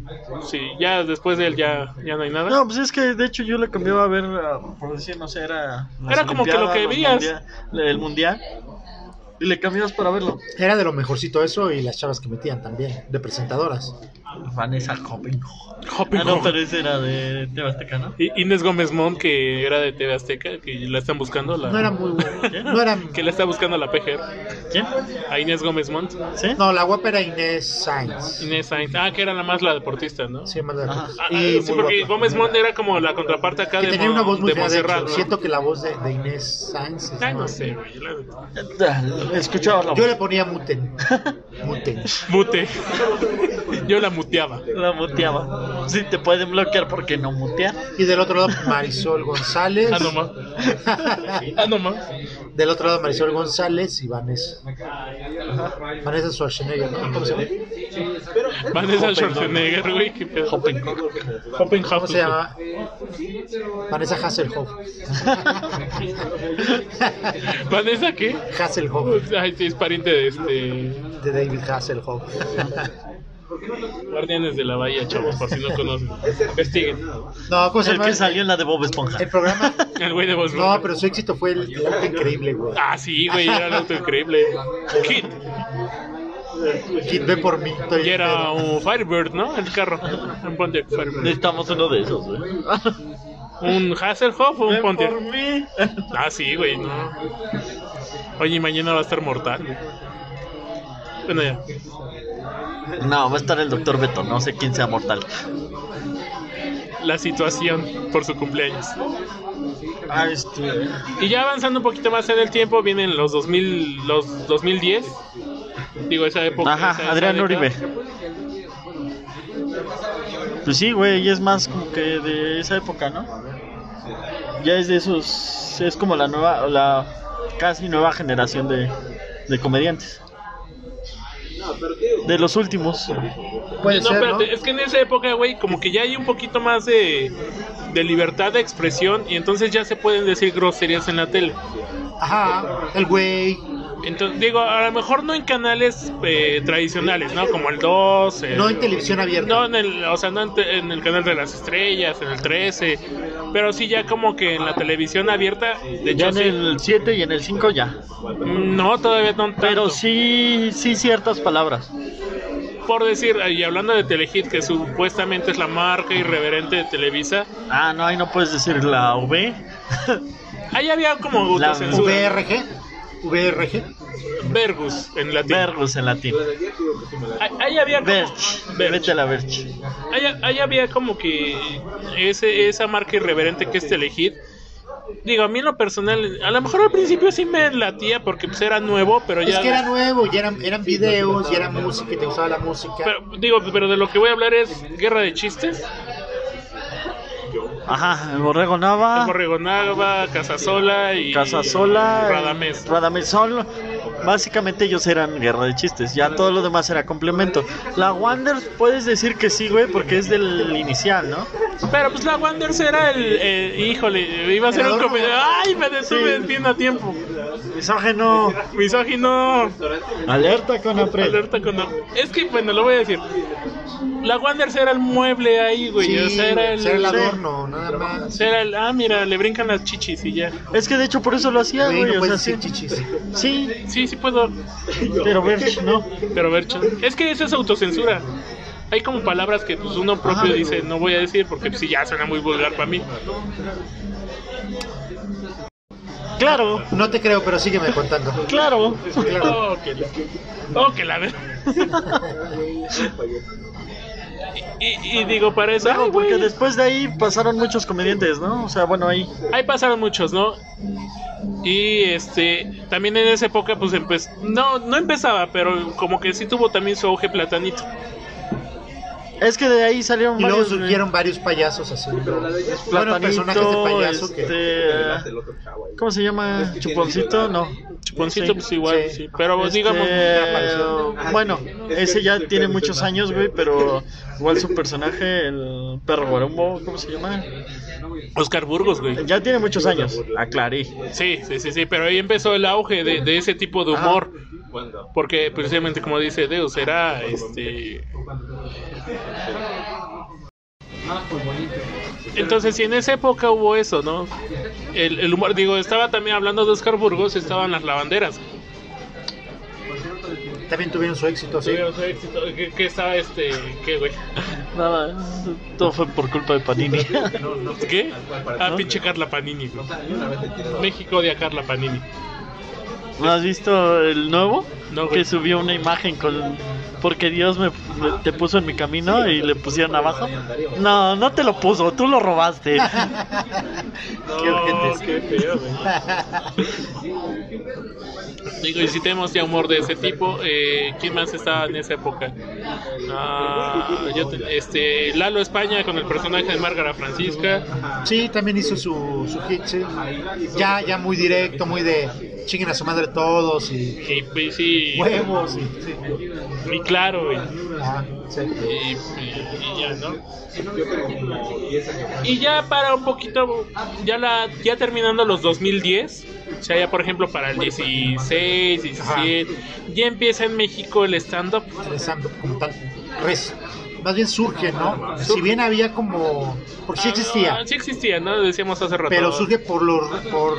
S1: Sí, ya después de él ya, ya no hay nada.
S2: No, pues es que de hecho yo le cambiaba a ver, ah, por decir, no sé, era. las
S1: Era como que lo
S2: Olimpiadas,
S1: que
S2: los
S1: veías.
S2: mundia- el mundial. Y le cambiabas para verlo.
S3: Era de lo mejorcito eso y las chavas que metían también, de presentadoras.
S2: Vanessa Hopin.
S1: Hopi
S2: Ah, no,
S1: Hopi.
S2: pero ese era de Tebasteca, ¿no?
S1: I- Inés Gómez Mont, que era de TV Azteca, que la están buscando. La,
S3: No era muy bueno. No eran.
S1: Que la está buscando la PGR.
S2: ¿Quién?
S1: A Inés Gómez Mont.
S2: ¿Sí?
S3: No, la guapa era Inés Sainz.
S1: Inés Sainz. Ah, que era la más la deportista, ¿no?
S3: Sí, más de
S2: Ajá.
S1: Ah, ah,
S3: Y
S1: sí,
S3: muy
S1: porque
S3: guapa.
S1: Gómez Mont era como la contraparte acá
S3: Que
S1: de,
S3: tenía
S1: Mon-
S3: una voz muy
S1: de
S3: fea. de hecho.
S1: Montserrat, ¿no?
S3: Siento que la voz de, de Inés Sainz. es
S1: Ay, no
S3: más-
S1: sé, güey. la-
S2: Escuchaba la
S3: Yo le ponía muten. Muten.
S1: Mute. Yo la muteaba.
S2: La muteaba. Si te pueden bloquear, porque no mutear?
S3: Y del otro lado, Marisol González.
S1: Ah, no más. Ah, no más.
S3: Del otro lado, Marisol González y Vanessa. Vanessa Schwarzenegger,
S1: Ah,
S3: ¿no? ¿Cómo se llama?
S1: Vanessa
S2: Hoppen,
S1: Schwarzenegger, güey. qué pedo. Hoppen
S3: ¿Cómo
S1: Hoppen.
S3: se llama? Vanessa Hasselhoff.
S1: ¿Vanessa qué?
S3: Hasselhoff,
S1: Ay, sí, es pariente de este.
S3: de David Hasselhoff.
S1: Guardianes de la Bahía, chavos, por si no conocen. Investiguen.
S3: No, ¿cómo se
S2: El
S3: llama?
S2: que salió en la de Bob Esponja.
S3: El programa.
S1: El güey de voz.
S3: No, pero su éxito fue el, el auto increíble, güey.
S1: Ah, sí, güey, era el auto increíble. Kid.
S3: Kid, ve por mí. estoy
S1: Y era
S3: pedo.
S1: un Firebird, ¿no? El carro. Un Pontiac Firebird.
S2: Necesitamos uno de esos, ¿eh? güey.
S1: Un Hasselhoff o un
S2: Ah, Ven
S1: Pontiac.
S2: por mí.
S1: Ah, sí, güey, no. Oye, y mañana va a estar mortal. Bueno, ya.
S2: No, va a estar el doctor Beto, no sé quién sea mortal.
S1: La situación por su cumpleaños.
S2: Ah, este.
S1: Y ya avanzando un poquito más en el tiempo, vienen los 2000, los 2010. Digo, esa época. esa-
S2: Ajá,
S1: esa
S2: Adrián
S1: década.
S2: Uribe. Pues sí, güey, y es más como que de esa época, ¿no? Ya es de esos. Es como la nueva. La casi nueva generación de, de comediantes. De los últimos.
S3: Puede
S1: No,
S3: ser, ¿no?
S1: espérate, es que en esa época, güey, como que ya hay un poquito más de, de libertad de expresión y entonces ya se pueden decir groserías en la tele.
S3: Ajá, el güey.
S1: Entonces, digo, a lo mejor no en canales eh, tradicionales, ¿no? Como el 2. el-
S3: No en televisión
S1: No,
S3: abierta.
S1: en el, o sea, no en, te- en el canal de las estrellas, en el 13, pero sí ya como que en la televisión abierta, de
S2: ya
S1: hecho,
S2: en
S1: sí.
S2: el 7 y en el 5 ya.
S1: no, todavía no tanto.
S2: Pero sí, sí ciertas palabras.
S1: Por decir, y hablando de Telehit, que supuestamente es la marca irreverente de Televisa,
S2: Ah, no, ahí no puedes decir la V.
S1: ahí había como
S2: La
S1: autocensura.
S3: VRG. VRG.
S1: Vergus, en latín.
S2: Vergus en latín.
S1: Ahí- Ahí había como...
S2: Verch.
S1: Verch.
S2: Vete a la Verch.
S1: Ahí, ahí había como que ese, esa marca irreverente que es Telehit. Digo, a mí en lo personal, a lo mejor al principio sí me latía porque pues era nuevo, pero ya...
S3: Es que era nuevo, y eran, eran videos, y era música, y te gustaba la música. Ah.
S1: Pero, digo, pero de lo que voy a hablar es guerra de chistes.
S2: Ajá, el Borrego Nava.
S1: El Borrego Nava, Casasola y
S2: Casasola,
S1: y Radamés.
S2: Radamés Sol. Básicamente ellos eran guerra de chistes, ya todo lo demás era complemento. La Wanders puedes decir que sí, güey, porque es del inicial, ¿no?
S1: Pero pues la Wanderers era el, eh, híjole, iba a ser un
S3: Ganador.
S1: comentario. Ay, me detuve
S2: Sí.
S1: bien a tiempo.
S2: Misógeno.
S1: Misógino.
S2: Alerta con Apred.
S1: Alerta con Es que bueno, lo voy a decir. La Wanderers era el mueble ahí, güey. o sea, era el,
S3: ser el
S2: sí.
S3: adorno, nada más.
S1: era el- ah, mira, le brincan las chichis y ya.
S2: Es que de hecho por eso lo hacía,
S3: Güey,
S2: güey.
S3: no
S2: o sea,
S3: puedes
S2: sí.
S3: decir pues, chichis.
S2: Sí,
S1: Sí, sí puedo.
S2: pero ver, no.
S1: Pero ver, ch- es que eso es autocensura. Hay como palabras que pues uno propio
S2: Ajá.
S1: dice, no voy a decir porque pues, sí ya suena muy vulgar para mí.
S2: Claro,
S3: No te creo, pero sígueme contando.
S2: claro.
S3: Claro.
S1: Oh, que la, oh, que la ver- y, y- y digo, para eso, ay,
S2: Porque
S1: güey,
S2: después de ahí pasaron muchos comediantes, ¿no? O sea, bueno, ahí.
S1: ahí pasaron muchos, ¿no? Y este, también en esa época, pues empezó, no, no empezaba, pero como que sí tuvo también su auge platanito.
S2: Es que de ahí salieron
S3: Y luego
S2: varios, güey.
S3: surgieron varios payasos haciendo. Bueno,
S2: Platanito,
S3: personajes de payaso que.
S2: este, ¿Cómo se llama? Chuponcito, no.
S1: Chuponcito,
S2: Sí.
S1: pues igual,
S3: Sí.
S1: sí. Pero
S2: Este, ah,
S1: digamos,
S2: bueno, ese ya tiene muchos años, güey, pero igual su personaje, el perro guarumbo, ¿cómo se llama?
S1: Oscar Burgos, güey.
S2: Ya tiene muchos años, aclaré.
S1: Sí, sí, sí, sí, pero ahí empezó el auge de, de ese tipo de humor. Porque precisamente como dice Deus, era este... Entonces, si en esa época hubo eso, ¿no? El, el humor, digo, estaba también hablando de Oscar Burgos, estaban las lavanderas.
S3: También tuvieron su éxito, sí.
S1: Tuvieron su éxito, Que, que estaba este... ¿Qué, güey?
S2: Nada, todo fue por culpa de Panini.
S1: ¿Qué? Ah, pinche Carla Panini, güey. México odia a Carla Panini.
S2: ¿No has visto el nuevo?
S1: No, güey.
S2: que subió una imagen con... Porque Dios me, me- te puso en mi camino y le pusieron abajo. No, no te lo puso, tú lo robaste.
S3: Qué
S1: No,
S3: urgentes.
S1: qué feo, güey. Digo, y si tenemos ya humor de ese tipo, eh, ¿quién más estaba en esa época? Ah, yo te- este, Lalo España con el personaje de Márgara Francisca.
S3: Sí, también hizo su, su hit, sí. Ya, ya muy directo, muy de chinguen a su madre todos y
S1: Y, pues, sí,
S3: huevos. Y, sí.
S1: y claro, güey.
S3: Ah, sí.
S1: Y, y- y ya, ¿no? Y ya para un poquito, ya, la, ya terminando los 2010, o sea, ya por ejemplo para el 16, 17, ya empieza en México el stand-up.
S3: Interesante, como tal. Res- Más bien surge, ¿no? Si bien había como. Porque sí
S1: Ah,
S3: existía,
S1: sí existía, ¿no? Decíamos hace rato.
S3: pero surge por los. Por,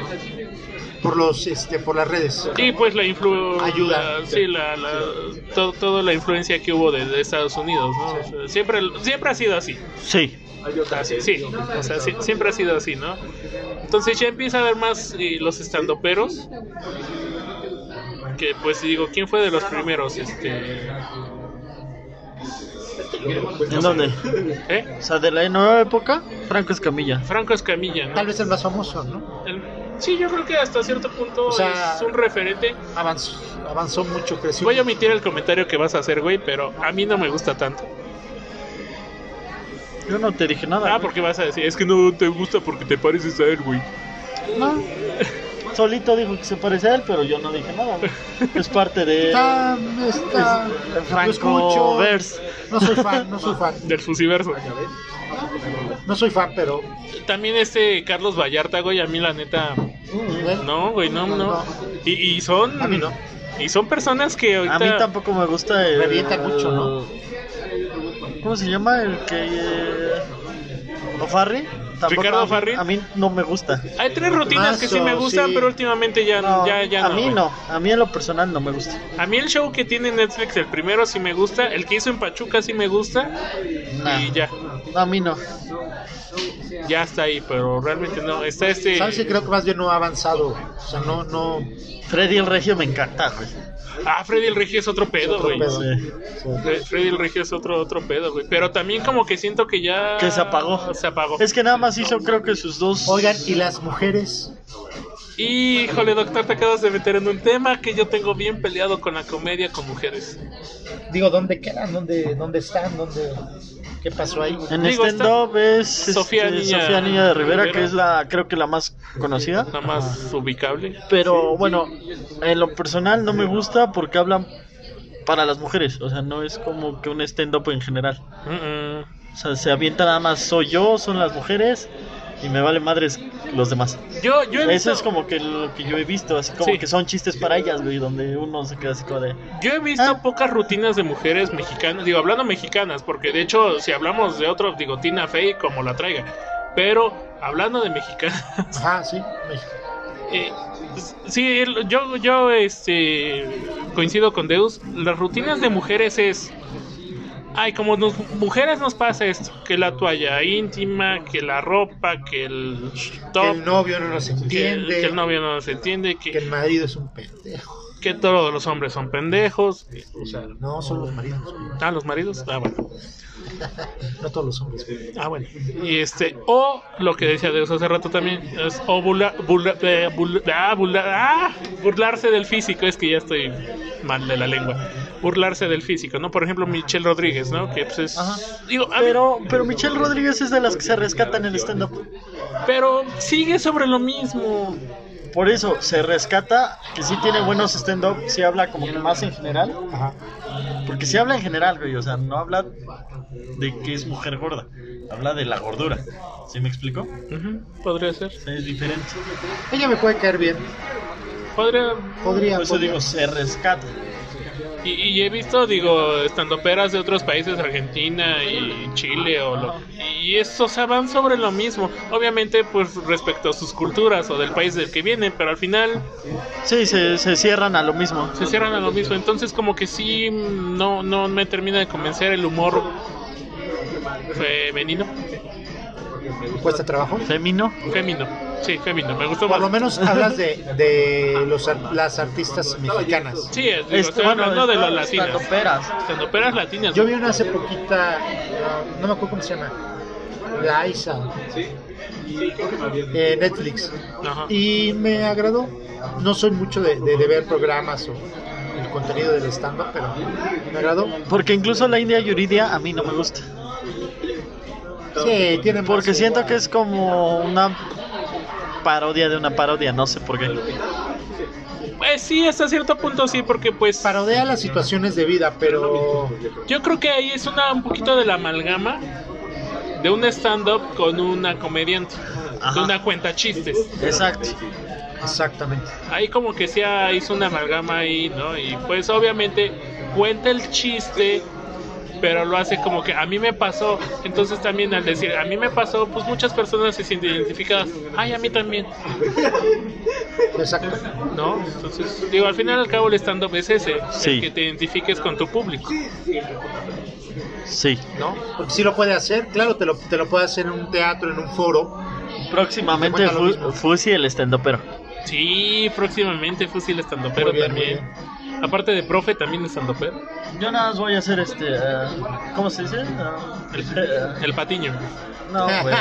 S3: por los este por las redes
S1: Sí, pues la influencia.
S3: Ayuda.
S1: Sí, la, la, to- toda la influencia que hubo de, de Estados Unidos, ¿no? O sea, siempre, siempre ha sido así.
S2: Sí,
S1: Así, sí, o sea, sí- siempre ha sido así, ¿no? Entonces ya empieza a haber más eh, los estandoperos. Que pues digo, ¿quién fue de los primeros? Este,
S2: ¿en dónde?
S1: ¿eh?
S2: O sea, de la nueva época, Franco Escamilla.
S1: Franco Escamilla, ¿no?
S3: tal vez el más famoso no
S1: El- sí, yo creo que hasta cierto punto
S3: O sea-
S1: es un referente.
S3: avanzó avanzó mucho creció
S1: Voy a omitir el comentario que vas a hacer, güey, pero a mí no me gusta tanto.
S2: Yo no te dije nada.
S1: Ah,
S2: güey.
S1: porque vas a decir, es que no te gusta porque te pareces a él, güey.
S2: No. Solito dijo que se parece a él, pero yo no dije nada. güey. Es parte de
S3: está, está
S2: de
S3: Ah, lo
S2: Franco
S3: escucho.
S2: Verse.
S3: no soy fan no soy fan
S1: Del fusiverso.
S3: no soy fan pero
S1: También este Carlos Vallarta, güey, a mí la neta.
S3: ¿eh?
S1: No, güey, no, no.
S3: No.
S1: Y, y son.
S3: A mí no.
S1: Y son personas que ahorita.
S2: A mí tampoco me gusta el...
S3: Revienta mucho, ¿no?
S2: ¿Cómo se llama? El que... eh, ¿O'Farri? Tampoco
S1: ¿Ricardo
S2: a mí-
S1: Farri?
S2: A mí no me gusta.
S1: Hay tres rutinas que sí me
S3: Mazo,
S1: gustan,
S3: sí.
S1: pero últimamente ya no. ya, ya
S2: a mí
S1: güey.
S2: no. A mí en lo personal no me gusta.
S1: A mí el show que tiene Netflix, el primero sí me gusta. El que hizo en Pachuca sí me gusta.
S2: Nah.
S1: Y ya.
S2: A mí no.
S1: Ya está ahí, pero realmente no. Está este.
S3: sabes que creo que más bien no ha avanzado o sea no no
S2: Freddy el Regio me encanta, güey.
S1: Ah, Freddy el Regio es otro pedo,
S3: otro
S1: güey.
S3: pedo.
S2: Sí.
S1: Fre- Freddy el Regio es otro, otro pedo, güey. Pero también como que siento que ya...
S2: Que se apagó.
S1: Se apagó.
S2: Es que nada más hizo creo que sus dos...
S3: oigan y las mujeres
S1: Híjole, doctor, te acabas de meter en un tema que yo tengo bien peleado con la comedia con mujeres.
S3: digo dónde quedan dónde dónde están dónde ¿Qué pasó ahí?
S2: En
S1: Digo,
S2: stand up es
S1: Sofía
S2: este,
S1: Niña
S2: Sofía Niña de Rivera,
S1: Rivera.
S2: que es la creo que la más conocida.
S1: Nada más ubicable.
S2: Pero bueno, en lo personal no me gusta porque hablan para las mujeres, o sea, no es como que un stand up en general.
S1: Mm, mm.
S2: O sea, se avienta nada más soy yo, son las mujeres y me vale madres los demás.
S1: Yo, yo he visto,
S2: Eso es como que lo que yo he visto, así como
S1: Sí.
S2: que son chistes para ellas, güey, donde uno se queda así como de
S1: yo he visto
S2: Ah.
S1: pocas rutinas de mujeres mexicanas, digo, hablando mexicanas, porque de hecho, si hablamos de otro, digo, Tina Fey, como la traiga. Pero hablando de mexicanas,
S3: Ajá, sí. México.
S1: Eh, sí, el- yo, yo este, coincido con Deus. Las rutinas de mujeres es. Ay, como nos, mujeres nos pasa esto: que la toalla íntima, que la ropa, que el
S3: Que
S1: top,
S3: el novio no nos
S1: que, el,
S3: entiende.
S1: que el novio no se entiende,
S3: que el
S1: que,
S3: marido es un pendejo.
S1: que todos los hombres son pendejos. que, o sea,
S3: No, son los maridos. güey.
S1: ah, los maridos. Ah, bueno.
S3: No todos los hombres. güey.
S1: Ah, bueno. Y este, o lo que decía Deus hace rato también, es, o burla- burla- eh, burla- ah, burla- ah, burlarse del físico, es que ya estoy mal de la lengua. Burlarse del físico, ¿no? Por ejemplo, Michelle Rodríguez, ¿no? Que pues es.
S2: Ajá.
S1: Digo, a
S2: Pero, pero Michelle Rodríguez es de las que se rescatan en el stand-up.
S1: mí- pero sigue sobre lo mismo.
S2: Por eso, se rescata, que sí tiene buenos stand-up, sí habla como que más en general.
S3: Ajá.
S2: Porque sí habla en general, güey, o sea, no habla de que es mujer gorda, habla de la gordura. ¿Sí me explico? O
S1: Ujú, Podría ser.
S2: sea, es diferente.
S3: Ella me puede caer bien.
S1: Podría.
S3: Podría.
S2: Por eso
S3: podría.
S2: digo, se rescata.
S1: Y, y he visto, digo, estandoperas de otros países, Argentina y Chile, o lo, y eso, o sea, van sobre lo mismo. Obviamente, pues respecto a sus culturas o del país del que vienen, pero al final
S2: Sí, se, se cierran a lo mismo.
S1: se cierran a lo mismo. Entonces, como que sí, mm, no, no me termina de convencer el humor femenino.
S3: Cuesta trabajo.
S2: Femino.
S1: Femino, sí, femino, me gustó
S3: Por
S1: más.
S3: lo menos hablas de, de los, ar- las artistas mexicanas.
S1: Sí, es- digo,
S3: este,
S1: estoy hablando de las latinas. Estandoperas latinas.
S3: Yo vi una hace poquita, no me acuerdo cómo se llama, la Isa, eh, Netflix,
S1: Ajá.
S3: y me agradó. No soy mucho de, de- de ver programas o el contenido del stand-up, pero me agradó.
S2: Porque incluso la India Yuridia a mí no me gusta.
S3: Sí, tiene más-
S2: Porque siento que es como una parodia de una parodia, no sé por qué.
S1: Pues sí, hasta cierto punto sí, porque pues...
S3: Parodea las situaciones de vida, pero
S1: Yo creo que ahí es una, un poquito de la amalgama de un stand-up con una comediante, de
S2: Ajá.
S1: una cuenta chistes.
S2: Exacto.
S3: exactamente.
S1: Ahí como que se ha- hizo una amalgama ahí, ¿no? Y pues obviamente cuenta el chiste, pero lo hace como que a mí me pasó. Entonces también al decir a mí me pasó, pues muchas personas se sienten identificadas. Ay, a mí también,
S3: Exacto.
S1: ¿no? Entonces, digo, al final al cabo el stand-up es ese,
S2: Sí.
S1: el que te identifiques con tu público,
S2: Sí.
S1: ¿no?
S3: Porque sí lo puede hacer, claro, te lo, te lo puede hacer en un teatro, en un foro.
S2: Próximamente
S3: Cuenta lo mismo.
S2: Fu- Fusi el estendopero.
S1: Sí, próximamente Fusil Estandopero
S3: Muy bien,
S1: también. Aparte de profe, también estandopero.
S2: Yo nada más voy a hacer este. eh, ¿Cómo se dice? Ah,
S1: El,
S2: eh,
S1: el patiño.
S2: no, güey.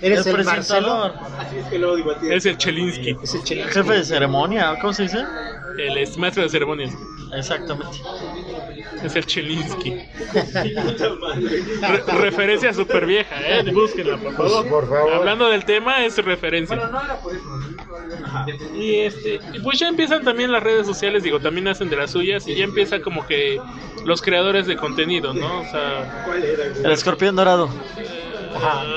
S3: Eres el,
S2: el
S3: Marcelo.
S2: presentador.
S1: Es el Chelinsky.
S3: Es el
S2: El
S3: chile.
S2: jefe de ceremonia, ¿cómo se dice?
S1: El es maestro de ceremonias.
S2: Exactamente.
S1: Es el Chelinsky. Re- referencia súper vieja, ¿eh? Búsquenla, por
S3: Pues,
S1: favor.
S3: por favor.
S1: Hablando del tema, es referencia. Y este, y pues ya empiezan también las redes sociales, digo, también hacen de las suyas y ya empieza como que los creadores de contenido, ¿no? O sea,
S2: El escorpión dorado.
S1: eh,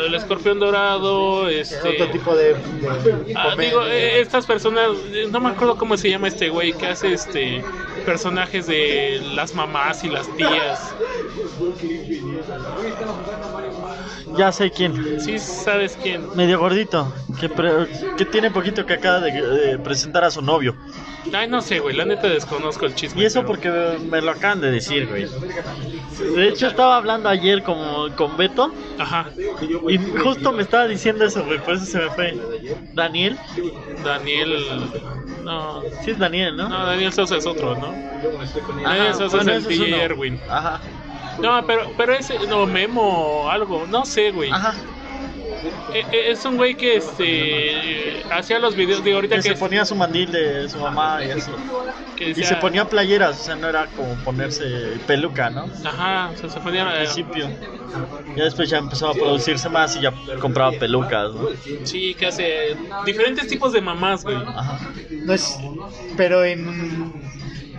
S1: el escorpión dorado, este...
S3: Otro tipo de, de
S1: Ah,
S3: comedia.
S1: digo, eh, estas personas, eh, no me acuerdo cómo se llama este güey que hace este personajes de las mamás y las tías.
S2: Ya sé quién.
S1: Sí sabes quién.
S2: Medio gordito. Que, pre- que tiene poquito que acaba de, de presentar a su novio.
S1: Ay, no sé, güey, la neta desconozco el chisme.
S2: Y eso
S1: pero-
S2: porque me lo acaban de decir, güey. De hecho, estaba hablando ayer con, con Beto.
S1: Ajá.
S2: Y justo me estaba diciendo eso, güey. Por eso se me fue. Daniel.
S1: Daniel No,
S2: Sí, es Daniel, ¿no?
S1: no Daniel Sosa es otro, ¿no? Daniel Sosa
S2: bueno,
S1: ah, es el
S2: ese es
S1: DJ
S2: uno.
S1: Erwin.
S2: Ajá.
S1: No, pero pero ese no Memo algo, no sé, güey.
S2: Ajá.
S1: e- e- es un güey que este hacía los videos de ahorita
S2: Que
S1: que,
S2: se
S1: es-
S2: ponía su mandil de su mamá y así.
S1: que
S2: Y
S1: decía-
S2: se ponía playeras, o sea, no era como ponerse peluca, ¿no?
S1: ajá o sea, se ponía eh,
S2: Al principio. Ya después ya empezó a producirse más y ya compraba pelucas, ¿no?
S1: sí que hace diferentes tipos de mamás güey
S2: Ajá.
S3: No es, pero en.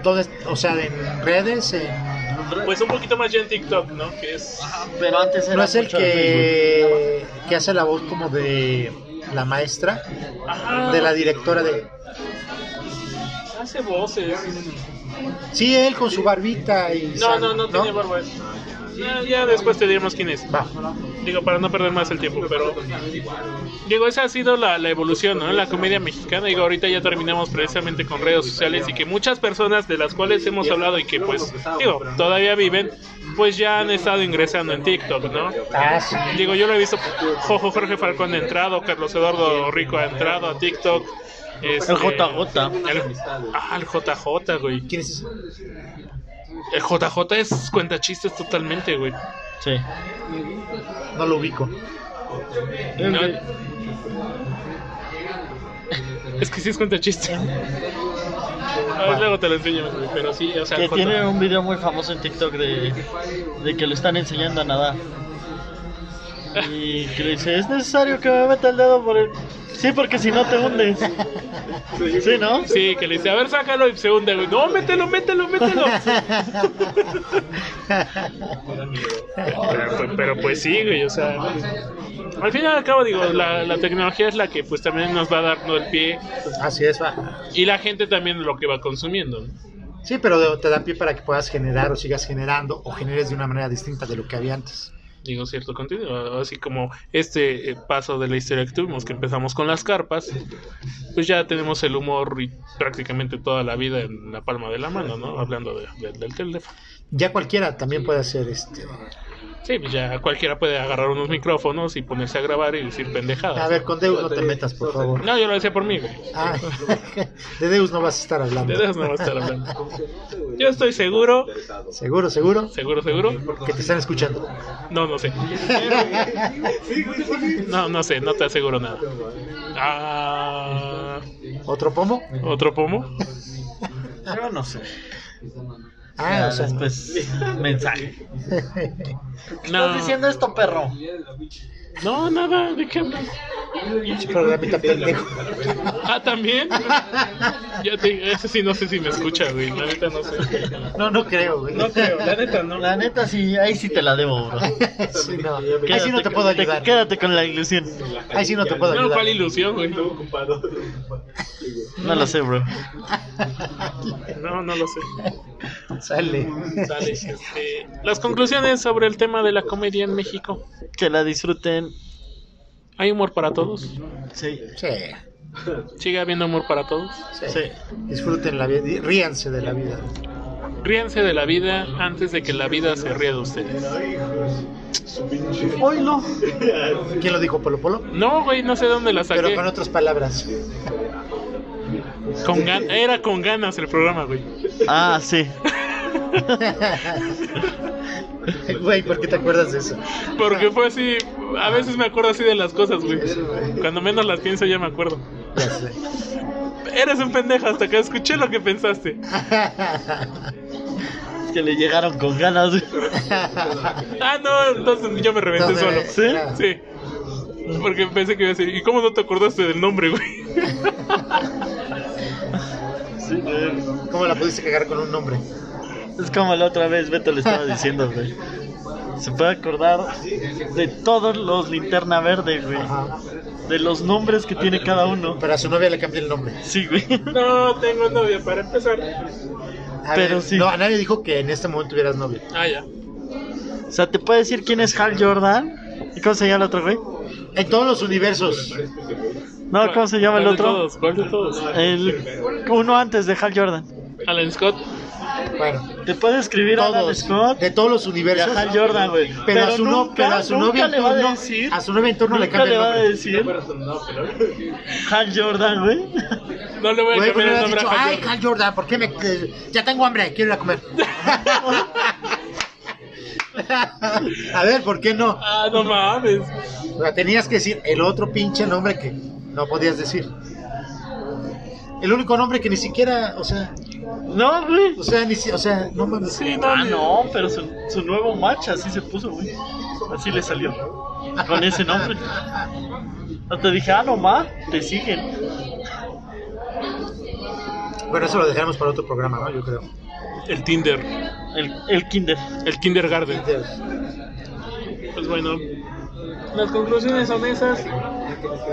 S3: ¿dónde, o sea, en redes. en-
S1: pues un poquito más ya en TikTok no que es
S2: Pero antes era
S3: no es el
S2: mucho de
S3: que, que hace la voz como de la maestra,
S1: ajá,
S3: de la directora de.
S1: hace voces
S3: Sí, él con su barbita y.
S1: no
S3: sal-
S1: no no tiene barba ya, ya después te diremos quién es
S3: Va.
S1: Digo, para no perder más el tiempo, pero. Digo, esa ha sido la, la evolución, ¿no? La comedia mexicana. Digo, ahorita ya terminamos precisamente con redes sociales y que muchas personas de las cuales hemos hablado y que, pues, digo, todavía viven, pues ya han estado ingresando en TikTok, ¿no?
S3: Ah, sí.
S1: Digo, yo lo he visto. Jojo Jorge Falcón ha entrado, Carlos Eduardo Rico ha entrado a TikTok. este,
S2: El JJ.
S1: el- ah, el JJ, güey.
S3: ¿Quién es ese?
S1: El JJ es cuenta chistes totalmente, güey.
S2: Sí.
S3: No lo ubico.
S1: No. Es que sí es cuenta chiste. A ver, luego te lo enseño, güey, pero sí, o sea,
S2: Que
S1: cuando-
S2: tiene un video muy famoso en TikTok de, de que lo están enseñando a nadar. Y que le dice, es necesario que me meta el dedo por el... Sí, porque si no te hundes. Sí, ¿no?
S1: Sí, que le dice, a ver, sácalo y se hunde, güey. No, mételo, mételo, mételo. pero, pues- pero pues sí, güey, o sea. Al final y al cabo, digo, la, la tecnología es la que pues también nos va dando el pie
S3: Así es, va.
S1: y la gente también lo que va consumiendo. ¿no?
S3: Sí, pero te da pie para que puedas generar o sigas generando o generes de una manera distinta de lo que había antes.
S1: digo, cierto contenido. Así como este eh, paso de la historia que tuvimos, que empezamos con las carpas, pues ya tenemos el humor y prácticamente toda la vida en la palma de la mano, ¿no? Hablando de- de- del teléfono.
S3: Ya cualquiera también puede hacer este.
S1: Sí, pues ya cualquiera puede agarrar unos micrófonos y ponerse a grabar y decir pendejadas.
S3: A ver, con Deus no te metas, por favor.
S1: No, yo lo decía por mí, güey.
S3: Ah, de Deus no vas a estar hablando.
S1: De eso no voy a estar hablando. Yo estoy seguro,
S3: Seguro, seguro
S1: seguro, seguro.
S3: que te están escuchando.
S1: No, no sé. No, no sé, no te aseguro nada. Ah,
S3: ¿Otro pomo?
S1: ¿Otro pomo?
S2: Yo no sé.
S3: Ah, o sea,
S2: después, mensaje.
S1: No.
S2: esto, perro?
S1: No, nada, ¿de qué hablas?
S3: pinche programita pendejo.
S1: Ah, también. Ya te, ese sí no sé si me escucha, güey. La neta no sé.
S3: No, no creo, güey.
S1: No creo, la neta no.
S2: La neta, sí, ahí sí te la debo, bro.
S3: Sí, no. Ahí sí no te puedo
S2: Quédate-
S3: ayudar.
S2: Quédate con la ilusión.
S3: Ahí sí no te puedo
S1: No,
S3: ayudar.
S1: cuál ilusión, güey.
S2: No lo sé, bro.
S1: No, no lo sé.
S3: Sale.
S1: Sale, este, Las conclusiones sobre el tema de la comedia en México.
S2: Que la disfruten.
S1: ¿Hay humor para todos?
S2: Sí.
S3: Sí,
S1: ¿Sigue habiendo humor para todos?
S3: sí.
S2: Sí.
S3: Disfruten la vida, di- ríanse de la vida.
S1: Ríanse de la vida antes de que la vida se ría de ustedes.
S2: Oilo.
S3: ¿Quién lo dijo, Polo Polo?
S1: No, güey, no sé dónde la
S3: Pero
S1: saqué.
S3: con otras palabras.
S1: Con gan- Era con ganas el programa, güey.
S2: Ah, sí.
S3: Güey, ¿por qué te acuerdas de eso?
S1: Porque fue así, a veces me acuerdo así de las cosas, güey. Cuando menos las pienso ya me acuerdo.
S3: Ya sé.
S1: Eres un pendejo hasta que escuché lo que pensaste.
S2: Es que le llegaron con ganas.
S1: Ah, no, entonces yo me reventé solo.
S3: Entonces,
S2: ¿Sí?
S3: era-
S1: Sí. Porque pensé que iba a decir, ¿y cómo no te acordaste del nombre, güey?
S2: Sí,
S3: ¿Cómo la pudiste cagar con un nombre?
S2: Es como la otra vez Beto le estaba diciendo, güey. Se puede acordar de todos los linterna verde, güey.
S3: Ajá.
S2: De los nombres que tiene cada uno.
S3: Pero a su novia le cambié el nombre.
S2: Sí, güey.
S1: No, tengo novia para empezar.
S3: A
S2: Pero sí.
S3: No, a nadie dijo que en este momento tuvieras novia.
S1: Ah, ya.
S2: O sea, ¿te puede decir quién es Hal Jordan? ¿Y cómo se llama el otro, güey?
S3: En todos los universos.
S2: No, ¿cómo se llama el
S1: ¿Cuál de
S2: otro?
S1: todos? ¿Cuál de todos?
S2: El uno antes de Hal Jordan.
S1: Alan Scott.
S3: Bueno,
S2: ¿Te puede escribir a Alan
S3: todos.
S2: Scott?
S3: De todos los
S2: Y a
S3: universos.
S2: Hal Jordan, güey.
S3: Pero, a su, no, pero a su
S2: nunca
S3: novia en
S2: le va
S3: turno-
S2: a decir.
S3: a su novia en turno le
S2: nunca
S3: cambia
S2: le
S3: el
S2: va a
S3: nombre.
S2: decir. Hal Jordan, güey.
S1: No le voy a cambiar
S3: Güey, pero
S1: el
S3: le has
S1: nombre
S3: dicho,
S1: a
S3: ay,
S1: Hal Jordan".
S3: Hal Jordan, ¿por qué me.? que- Ya tengo hambre, quiero ir a comer. A ver, ¿por qué no?
S1: Ah, no mames.
S3: O sea, tenías que decir el otro pinche nombre que no podías decir. El único nombre que ni siquiera, o sea,
S2: No, güey.
S3: o sea, ni si- o sea, no mames.
S1: Sí, no,
S2: Ah,
S1: ni-
S2: no, pero su, su nuevo match así se puso, güey. Así le salió. Con ese nombre. Hasta dije, ah, no, ma, te siguen.
S3: Bueno, eso lo dejaremos para otro programa, ¿no? Yo creo.
S1: El Tinder.
S2: El, el Kinder.
S1: El Kindergarten. Pues bueno. Las conclusiones son esas.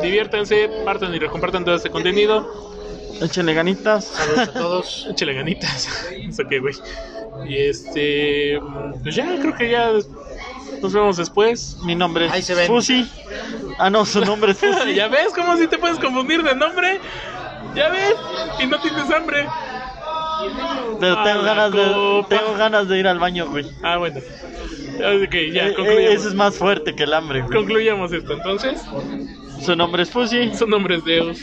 S1: Diviértanse, partan y recompartan todo este contenido.
S2: Échenle ganitas.
S3: Saludos a todos.
S1: Échale ganitas. Eso que, güey. Y este. Pues ya, creo que ya. Nos vemos después.
S2: Mi nombre
S3: Ahí se
S2: es
S3: ven.
S2: Fusi. Ah, no, su nombre es Fusi.
S1: ¿Ya ves cómo si te puedes confundir de nombre? ¿Ya ves? Y no tienes hambre.
S2: Pero tengo
S1: A la
S2: ganas, de,
S1: copa.
S2: tengo ganas de ir al baño, güey.
S1: Ah, bueno. Ok,
S2: Eh,
S1: ya,
S2: eh,
S1: concluyamos.
S2: Eso es más fuerte que el hambre, güey.
S1: Concluyamos esto entonces.
S2: Su nombre es Fusi.
S1: Su nombre es Deus.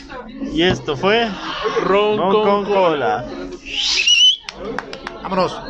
S2: Y esto fue
S1: Ron,
S2: Ron
S1: con
S2: con
S1: cola.
S2: Cola.
S3: Vámonos.